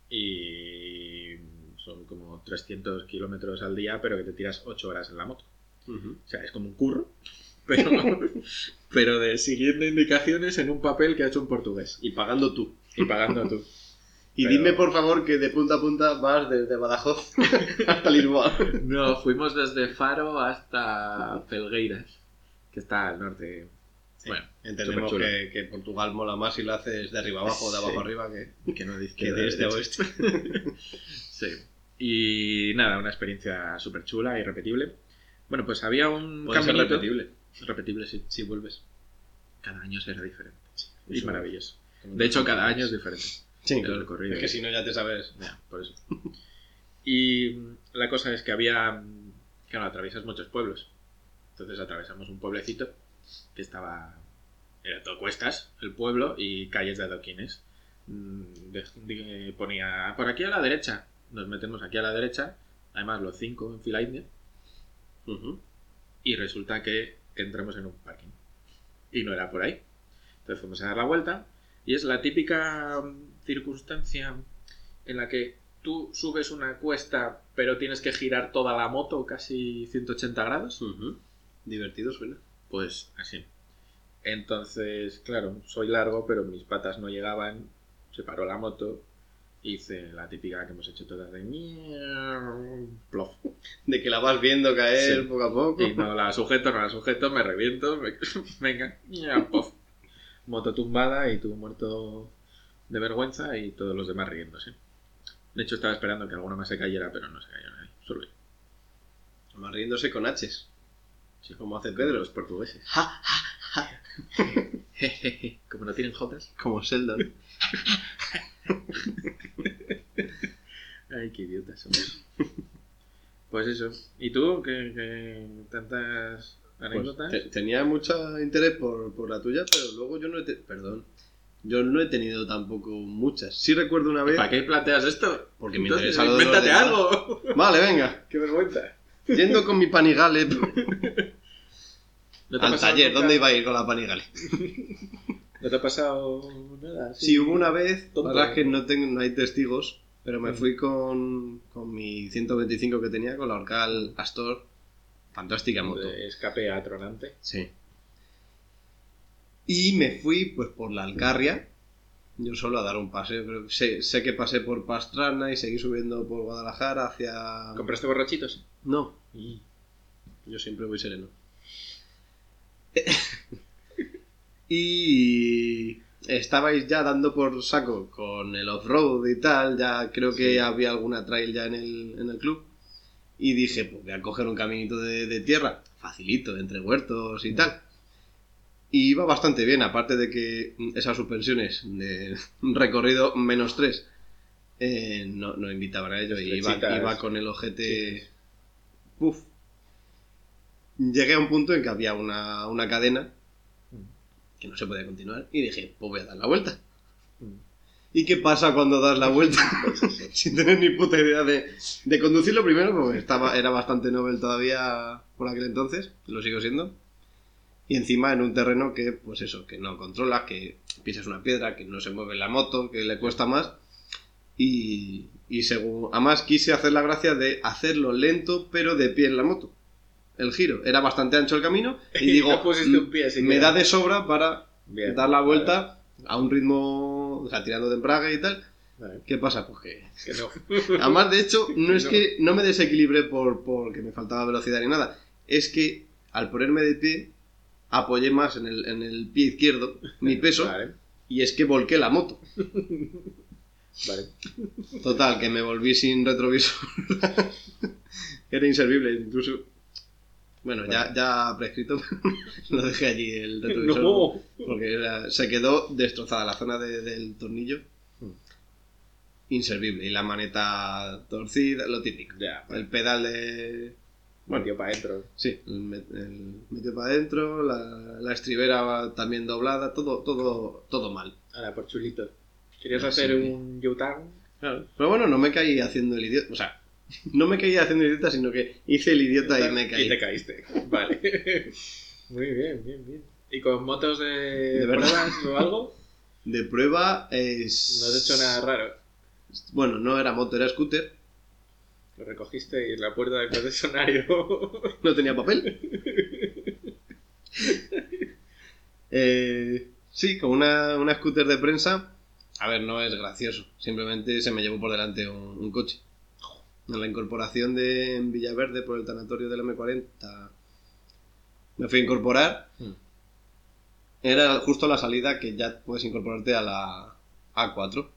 Speaker 3: y son como 300 kilómetros al día, pero que te tiras 8 horas en la moto.
Speaker 2: Ujú.
Speaker 3: O sea, es como un curro, pero, pero de siguiendo indicaciones en un papel que ha hecho un portugués
Speaker 2: Y pagando tú.
Speaker 3: y pagando tú.
Speaker 2: Y
Speaker 3: Pero-
Speaker 2: dime, por favor, que de punta a punta vas desde Badajoz hasta Lisboa.
Speaker 3: No, fuimos desde Faro hasta Felgueiras, que está al norte. Bueno,
Speaker 2: Entendemos
Speaker 3: superchulo.
Speaker 2: que, que Portugal mola más si lo haces de arriba abajo o de abajo
Speaker 3: Sí.
Speaker 2: arriba que,
Speaker 3: que no dice
Speaker 2: que de este a oeste.
Speaker 3: Sí. Y nada, una experiencia súper chula, irrepetible. Bueno, pues había un
Speaker 2: Puede ser
Speaker 3: caminito-
Speaker 2: repetible
Speaker 3: Repetible, sí.
Speaker 2: si vuelves.
Speaker 3: Cada año será diferente.
Speaker 2: Y
Speaker 3: Y maravilloso. De hecho, cada año es diferente.
Speaker 2: Sí,
Speaker 3: el
Speaker 2: claro.
Speaker 3: recorrido.
Speaker 2: Es que si no ya te sabes.
Speaker 3: Ya, por eso. Y mm, la cosa es que había. mm, Claro, atraviesas muchos pueblos. Entonces atravesamos un pueblecito que estaba. Era todo cuestas, el pueblo, y calles de adoquines. Mm, de- de- ponía por aquí a la derecha. Nos metemos aquí a la derecha. Además, los cinco en fila india. Y resulta que entramos en un parking. Y no era por ahí. Entonces fuimos a dar la vuelta. Y es la típica mm, circunstancia en la que tú subes una cuesta, pero tienes que girar toda la moto casi 180 grados.
Speaker 2: Divertido suena.
Speaker 3: Pues así. Entonces, claro, soy largo, pero mis patas no llegaban. Se paró la moto. Hice la típica que hemos hecho todas de miau, plof.
Speaker 2: De que la vas viendo caer
Speaker 3: Sí.
Speaker 2: poco a poco.
Speaker 3: Y no la sujeto, no la sujeto, me reviento, me- venga, ya, pof. Moto tumbada y tú muerto de vergüenza y todos los demás riéndose. De hecho, estaba esperando que alguno más se cayera, pero no se cayó nadie, solo yo.
Speaker 2: Más riéndose con H's.
Speaker 3: Sí.
Speaker 2: Como hace
Speaker 3: Pedro,
Speaker 2: Pedro.
Speaker 3: los portugueses. Jejeje, Como no tienen jotas.
Speaker 2: Como Sheldon.
Speaker 3: Ay, qué idiotas somos. Pues eso. ¿Y tú? ¿Qué, qué tantas anécdotas?
Speaker 2: Pues, te- tenía mucho interés por, por la tuya, pero luego yo no he... te- Perdón. Yo no he tenido tampoco muchas. Sí recuerdo una vez...
Speaker 3: ¿Para qué planteas esto?
Speaker 2: Porque me
Speaker 3: Entonces,
Speaker 2: interesa lo de los
Speaker 3: invéntate
Speaker 2: demás.
Speaker 3: algo.
Speaker 2: Vale, venga.
Speaker 3: Qué vergüenza.
Speaker 2: Yendo con mi panigale
Speaker 3: ¿No te ha
Speaker 2: al
Speaker 3: pasado
Speaker 2: taller.
Speaker 3: nunca-
Speaker 2: ¿Dónde iba a ir con la panigale?
Speaker 3: ¿No te ha pasado nada?
Speaker 2: Sí, hubo una vez, la
Speaker 3: Tonto.
Speaker 2: verdad es que no, tengo, no hay testigos, pero me
Speaker 3: Mm.
Speaker 2: fui con, con mi 125 que tenía, con la Orcal Astor. Fantástica moto.
Speaker 3: De escape atronante.
Speaker 2: Sí. Y me fui, pues, por la Alcarria. Yo solo a dar un paseo. Creo que sé, sé que pasé por Pastrana y seguí subiendo por Guadalajara hacia...
Speaker 3: ¿Compraste borrachitos?
Speaker 2: No,
Speaker 3: Y
Speaker 2: yo siempre voy sereno. y estabais ya dando por saco con el off-road y tal, ya creo que
Speaker 3: Sí.
Speaker 2: había alguna trail ya en el, en el club. Y dije, pues voy a coger un caminito de, de tierra, facilito, entre huertos y tal. Y iba bastante bien, aparte de que esas suspensiones de recorrido menos 3 no, no invitaban a ello. Y iba,
Speaker 3: Estrechitas.
Speaker 2: iba con el ojete... Puf. Llegué a un punto en que había una, una cadena que no se podía continuar y dije, pues voy a dar la vuelta.
Speaker 3: Mm.
Speaker 2: ¿Y qué pasa cuando das la vuelta? Sin tener ni puta idea de, de conducirlo primero, porque estaba, era bastante novel todavía por aquel entonces, lo sigo siendo. Y encima en un terreno que, pues eso, que no controlas, que pisas una piedra, que no se mueve la moto, que le cuesta más. Y, y según. Además, quise hacer la gracia de hacerlo lento, pero de pie en la moto. El giro. Era bastante ancho el camino. Y digo, "Mm,
Speaker 3: no pusiste un pie, así
Speaker 2: me
Speaker 3: que-
Speaker 2: da de sobra para
Speaker 3: Bien.
Speaker 2: dar la vuelta a un ritmo, o sea, tirando de embrague y tal.
Speaker 3: Vale, vale.
Speaker 2: ¿Qué pasa? Pues que...
Speaker 3: Que no.
Speaker 2: Además, de hecho, no es
Speaker 3: No.
Speaker 2: que no me desequilibré por, porque me faltaba velocidad ni nada. Es que al ponerme de pie, apoyé más en el, en el pie izquierdo mi peso
Speaker 3: Vale,
Speaker 2: y es que volqué la moto.
Speaker 3: vale.
Speaker 2: Total, que me volví sin retrovisor. Era inservible, incluso. Bueno, ya, ya prescrito, lo dejé allí el retrovisor. Porque era- se quedó destrozada la zona de- del tornillo.
Speaker 3: Mm.
Speaker 2: Inservible. Y la maneta torcida, lo típico.
Speaker 3: Ya, vale.
Speaker 2: El pedal de.
Speaker 3: Bueno, tío, para adentro.
Speaker 2: Sí, el, me- el metió para adentro, la, la estribera va también doblada, todo, todo, todo mal.
Speaker 3: Ahora, por chulito. ¿Querías
Speaker 2: Ah,
Speaker 3: hacer
Speaker 2: sí.
Speaker 3: un U-turn?
Speaker 2: Pero bueno, no me caí haciendo el idiota. O sea, no me caí haciendo el idiota, sino que hice el idiota y me caí.
Speaker 3: te caíste. Vale. Muy bien, bien, bien. ¿Y con motos de,
Speaker 2: De verdad.
Speaker 3: pruebas o algo?
Speaker 2: De prueba
Speaker 3: No
Speaker 2: es.
Speaker 3: has hecho nada raro.
Speaker 2: Bueno, no era moto, era scooter.
Speaker 3: Lo recogiste y en la puerta del concesionario.
Speaker 2: No tenía papel. Eh, sí, con una, una scooter de prensa. A ver, no es gracioso. Simplemente se me llevó por delante un, un coche. En la incorporación de en Villaverde por el tanatorio del M40 me fui a incorporar.
Speaker 3: Mm.
Speaker 2: Era justo la salida que ya puedes incorporarte a la A4.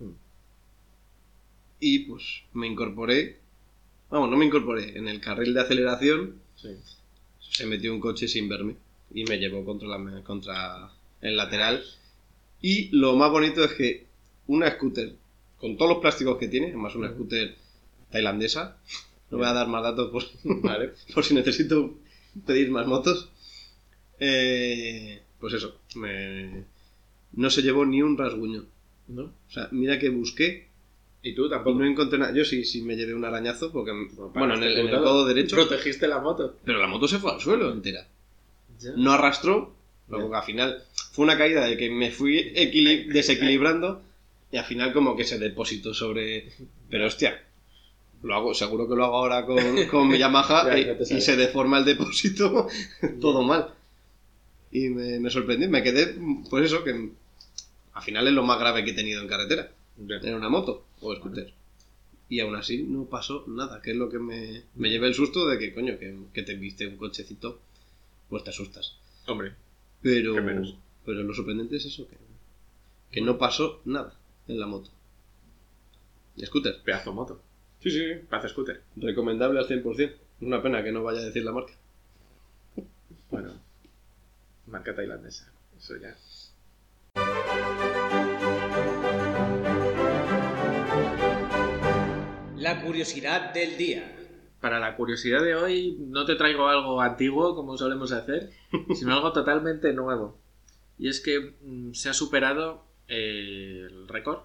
Speaker 3: Mm.
Speaker 2: Y pues me incorporé. Vamos, no me incorporé. En el carril de aceleración
Speaker 3: Sí.
Speaker 2: se metió un coche sin verme y me llevó contra, la- contra el lateral. Y lo más bonito es que una scooter, con todos los plásticos que tiene, además una scooter tailandesa, no voy a dar más datos por,
Speaker 3: Vale.
Speaker 2: por si necesito pedir más motos, eh, pues eso, me- no se llevó ni un rasguño.
Speaker 3: ¿No?
Speaker 2: O sea, mira que busqué
Speaker 3: ¿Y tú
Speaker 2: y Pues
Speaker 3: tampoco?
Speaker 2: no encontré nada. Yo sí, sí me llevé un arañazo, porque bueno, en el, en el
Speaker 3: Para- este
Speaker 2: codo derecho,
Speaker 3: ¿Protegiste la moto?
Speaker 2: pero la moto se fue al suelo entera
Speaker 3: Ya.
Speaker 2: no arrastró, luego
Speaker 3: Bien.
Speaker 2: que al final fue una caída de que me fui equili- desequilibrando y al final como que se depositó sobre... Pero hostia, lo hago, seguro que lo hago ahora con, con mi Yamaha
Speaker 3: Ya,
Speaker 2: y-
Speaker 3: ya te
Speaker 2: y
Speaker 3: sale.
Speaker 2: se deforma el depósito todo mal. Y me, me sorprendí, me quedé, pues eso, que al final es lo más grave que he tenido en carretera,
Speaker 3: Ya.
Speaker 2: en una moto o scooter. Y aún así no pasó nada, que es lo que me, me llevé el susto de que, coño, que, que te viste un cochecito, pues te asustas.
Speaker 3: Hombre,
Speaker 2: Pero,
Speaker 3: Qué menos.
Speaker 2: pero lo sorprendente es eso, que, que no pasó nada en la moto. Y scooter.
Speaker 3: pedazo de moto.
Speaker 2: Sí, sí.
Speaker 3: Pedazo de scooter.
Speaker 2: Recomendable al 100%. Es una pena que no vaya a decir la marca.
Speaker 3: Bueno, marca tailandesa. Eso ya.
Speaker 4: La curiosidad del día.
Speaker 3: Para la curiosidad de hoy, no te traigo algo antiguo como solemos hacer, sino algo totalmente nuevo. Y es que mm, se ha superado eh, el récord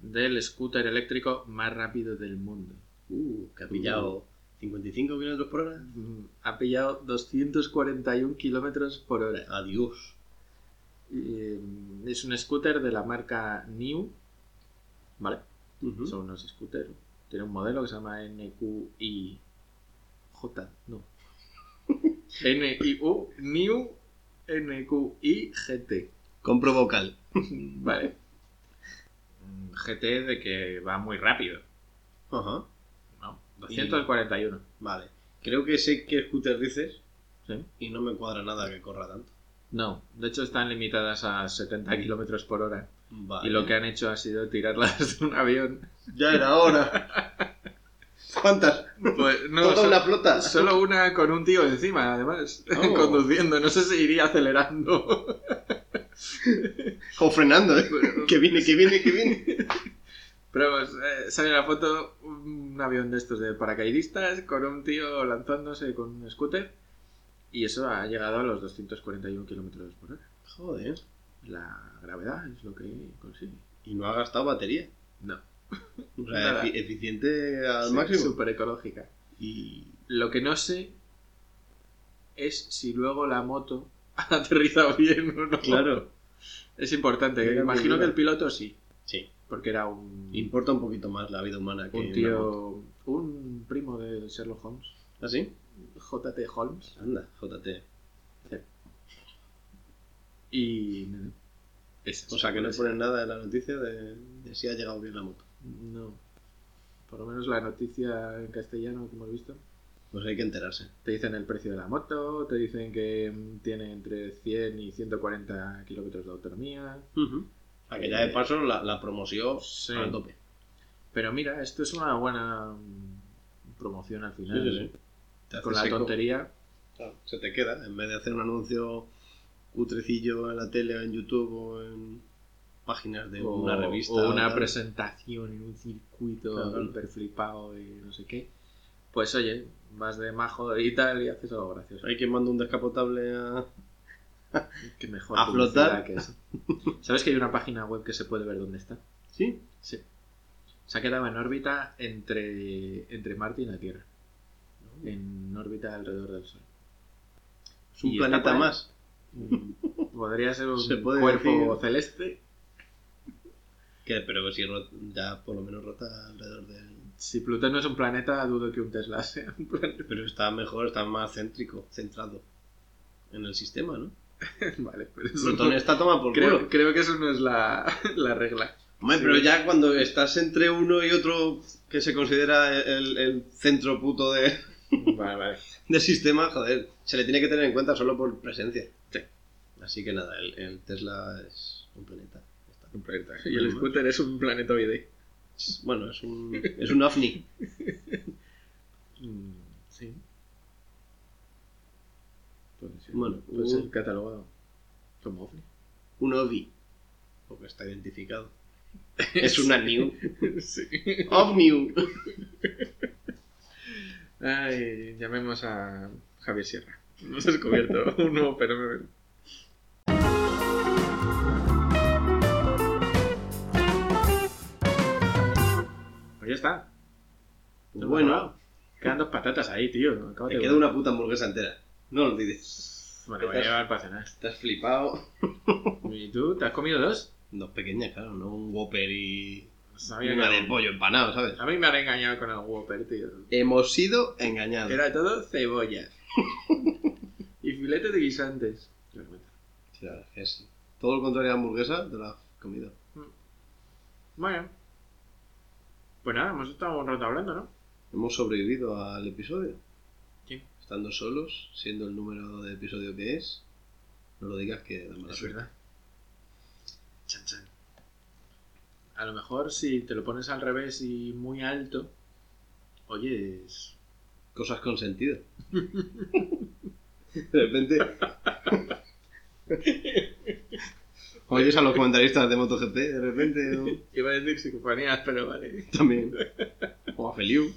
Speaker 3: del scooter eléctrico más rápido del mundo.
Speaker 2: Uh, que ha pillado 55 kilómetros por hora.
Speaker 3: Mm, Ha pillado 241 kilómetros por hora.
Speaker 2: Adiós.
Speaker 3: Eh, es un scooter de la marca New. ¿Vale?
Speaker 2: Ujú.
Speaker 3: Son unos scooters. Tiene un modelo que se llama NQIJ. No. NIU New NQIGT.
Speaker 2: Compro vocal.
Speaker 3: Vale. Mm, GT de que va muy rápido.
Speaker 2: Ajá.
Speaker 3: ¿no? 241.
Speaker 2: Vale. Creo que sé qué scooter dices
Speaker 3: Sí.
Speaker 2: y no me cuadra nada que corra tanto.
Speaker 3: No, de hecho están limitadas a 70 kilómetros por hora.
Speaker 2: Vale.
Speaker 3: Y lo que han hecho ha sido tirarlas de un avión.
Speaker 2: Ya era hora. ¿Cuántas?
Speaker 3: Pues no,
Speaker 2: Toda
Speaker 3: son-
Speaker 2: una flota.
Speaker 3: Solo una con un tío encima, además,
Speaker 2: Oh.
Speaker 3: conduciendo. No sé si iría acelerando.
Speaker 2: O frenando, ¿eh? que viene, que viene, que viene.
Speaker 3: Pero vamos, eh, sale en la foto un avión de estos de paracaidistas con un tío lanzándose con un scooter. Y eso ha llegado a los 241 kilómetros por hora.
Speaker 2: Joder.
Speaker 3: La gravedad es lo que consigue.
Speaker 2: Y no ha gastado batería.
Speaker 3: No,
Speaker 2: O sea,
Speaker 3: Pues Nada.
Speaker 2: Eh, efi- eficiente al
Speaker 3: Sí,
Speaker 2: máximo.
Speaker 3: súper ecológica.
Speaker 2: Y
Speaker 3: Lo que no sé es si luego la moto ha aterrizado bien o no.
Speaker 2: claro,
Speaker 3: Es importante.
Speaker 2: Mira,
Speaker 3: Imagino
Speaker 2: mira.
Speaker 3: que el piloto sí.
Speaker 2: Sí.
Speaker 3: Porque era un,
Speaker 2: importa un poquito más la vida humana que
Speaker 3: un
Speaker 2: eh, una moto.
Speaker 3: tío, un primo de Sherlock Holmes,
Speaker 2: ¿Ah, sí?
Speaker 3: J.T. Holmes.
Speaker 2: Anda, JT.
Speaker 3: Y. Esa,
Speaker 2: O sea, que no
Speaker 3: esa.
Speaker 2: ponen nada en la noticia de, de si ha llegado bien la moto.
Speaker 3: No. Por lo menos la noticia en castellano que hemos visto.
Speaker 2: Pues hay que enterarse.
Speaker 3: Te dicen el precio de la moto, te dicen que mm, tiene entre 100 y 140 kilómetros de autonomía.
Speaker 2: O sea, que ya de paso la, la promoción
Speaker 3: Eh, Sí.
Speaker 2: a tope.
Speaker 3: Pero mira, esto es una buena mm, promoción al final. ¿eh?
Speaker 2: Te hace
Speaker 3: Con la
Speaker 2: seco.
Speaker 3: tontería.
Speaker 2: Claro, se te queda. En vez de hacer un anuncio cutrecillo en la tele o en YouTube o en páginas de
Speaker 3: o
Speaker 2: una revista.
Speaker 3: o una
Speaker 2: tal.
Speaker 3: presentación en un circuito
Speaker 2: Claro.
Speaker 3: hiper flipado y no sé qué. Pues oye, vas de majo y tal y haces algo gracioso.
Speaker 2: Hay quien manda un descapotable a,
Speaker 3: Qué mejor
Speaker 2: A flotar.
Speaker 3: publicidad que eso. ¿Sabes que hay una página web que se puede ver dónde está?
Speaker 2: ¿Sí?
Speaker 3: Se ha quedado en órbita entre, entre Marte y la Tierra. En órbita alrededor del Sol.
Speaker 2: Es un
Speaker 3: Y ¿eh? está por
Speaker 2: planeta
Speaker 3: ahí. Mm.
Speaker 2: más.
Speaker 3: Podría ser un
Speaker 2: Se puede
Speaker 3: cuerpo
Speaker 2: decir.
Speaker 3: celeste.
Speaker 2: Que, pero si ro- ya por lo menos rota alrededor del...
Speaker 3: Si Plutón no es un planeta, dudo que un Tesla sea un planeta.
Speaker 2: Pero está mejor, está más céntrico, centrado en el sistema, ¿no?
Speaker 3: Vale, pero eso
Speaker 2: Plutón
Speaker 3: no-
Speaker 2: está toma por
Speaker 3: creo,
Speaker 2: culo.
Speaker 3: creo que eso no es la, la regla.
Speaker 2: Hombre, pero ya cuando estás entre uno y otro que se considera el, el centro puto de,
Speaker 1: Vale, vale.
Speaker 2: de sistema, joder, se le tiene que tener en cuenta solo por presencia. Así que nada, el, el Tesla es un planeta. Ya está.
Speaker 1: Un planeta. Y el scooter es un planetoide.
Speaker 2: Bueno, es un, es un ovni.
Speaker 3: Mm, sí.
Speaker 1: Puede ser.
Speaker 2: Bueno,
Speaker 1: puede
Speaker 2: un-
Speaker 1: ser catalogado como ovni.
Speaker 2: Un ovni. Porque está identificado. Es una new.
Speaker 1: sí.
Speaker 2: Ovni.
Speaker 1: Ay, llamemos a Javier Sierra. Hemos descubierto un nuevo fenómeno. Pues ya está.
Speaker 2: Pues bueno,
Speaker 1: acabado. Quedan dos patatas ahí, tío. Acábate
Speaker 2: te queda una puta hamburguesa entera. No lo olvides.
Speaker 1: Me
Speaker 3: Bueno,
Speaker 1: la voy a llevar para cenar.
Speaker 2: Te has flipado.
Speaker 3: ¿Y tú? ¿Te has comido dos?
Speaker 2: Dos pequeñas, claro, ¿no? Un Whopper y
Speaker 3: Sabía
Speaker 2: una de
Speaker 3: que...
Speaker 2: pollo empanado, ¿sabes?
Speaker 3: A mí me han engañado con el Whopper, tío.
Speaker 2: Hemos sido engañados.
Speaker 3: Era todo cebolla. y filete de guisantes. Qué vergüenza.
Speaker 2: Sí, la verdad es que sí. Todo lo contrario a la hamburguesa, te la has comido.
Speaker 3: Bueno. Pues nada, hemos estado un rato hablando, ¿no?
Speaker 2: Hemos sobrevivido al episodio.
Speaker 3: Sí.
Speaker 2: Estando solos, siendo el número de episodio que es. No lo digas que da mala suerte.
Speaker 3: Chan, chan. A lo mejor si te lo pones al revés y muy alto, oyes...
Speaker 2: Cosas con sentido. de repente. Oyes a los comentaristas de MotoGP, de repente. ¿no?
Speaker 3: Iba a decir psicofonías, pero vale.
Speaker 2: También. O a Feliu.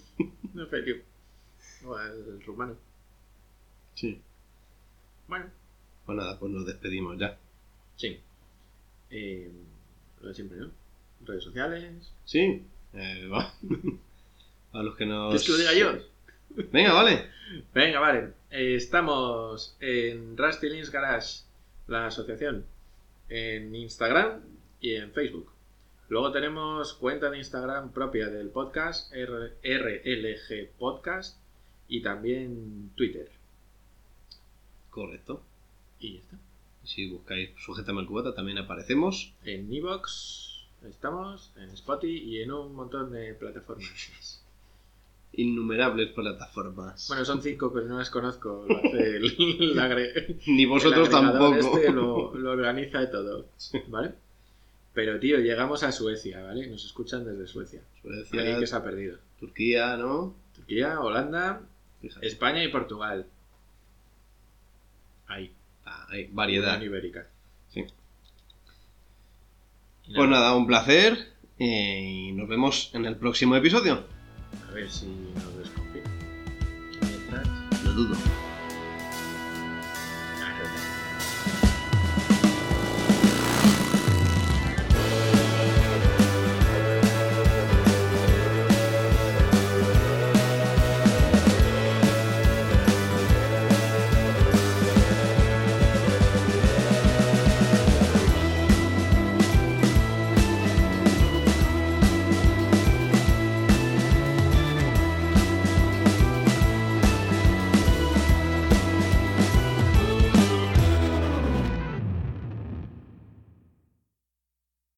Speaker 3: No feliz. O al rumano.
Speaker 2: Sí.
Speaker 3: Bueno.
Speaker 2: Pues nada, pues nos despedimos ya.
Speaker 3: Sí. Eh, lo de siempre, ¿no? Redes sociales.
Speaker 2: Sí. Eh, va. A los que nos.
Speaker 3: ¿Quieres que lo diga yo?
Speaker 2: Venga, vale.
Speaker 3: Venga, vale. Eh, estamos en Rusty Links Garage, la asociación, en Instagram y en Facebook. Luego tenemos cuenta de Instagram propia del podcast, R- RLG Podcast, y también Twitter.
Speaker 2: Correcto.
Speaker 3: Y ya está.
Speaker 2: Si buscáis Sujétame el cubata, también aparecemos.
Speaker 3: En Evox estamos, en Spotify y en un montón de plataformas.
Speaker 2: Innumerables plataformas.
Speaker 3: Bueno, son cinco que no las conozco. Lo hace el- el agre-
Speaker 2: Ni vosotros
Speaker 3: El agregador
Speaker 2: tampoco.
Speaker 3: Este lo, lo organiza de todo, ¿vale? Pero, tío, llegamos a Suecia, ¿vale? Nos escuchan desde Suecia.
Speaker 2: Suecia,
Speaker 3: Alguien que se ha perdido.
Speaker 2: Turquía, ¿no?
Speaker 3: Turquía, Holanda,
Speaker 2: Fíjate.
Speaker 3: España y Portugal. Ahí,
Speaker 2: Ah, hay
Speaker 3: Unión
Speaker 2: variedad.
Speaker 3: Ibérica.
Speaker 2: Sí.
Speaker 3: Y
Speaker 2: Pues nada, un placer. eh, Y nos vemos en el próximo episodio.
Speaker 3: A ver si nos desconfía.
Speaker 2: Lo dudo.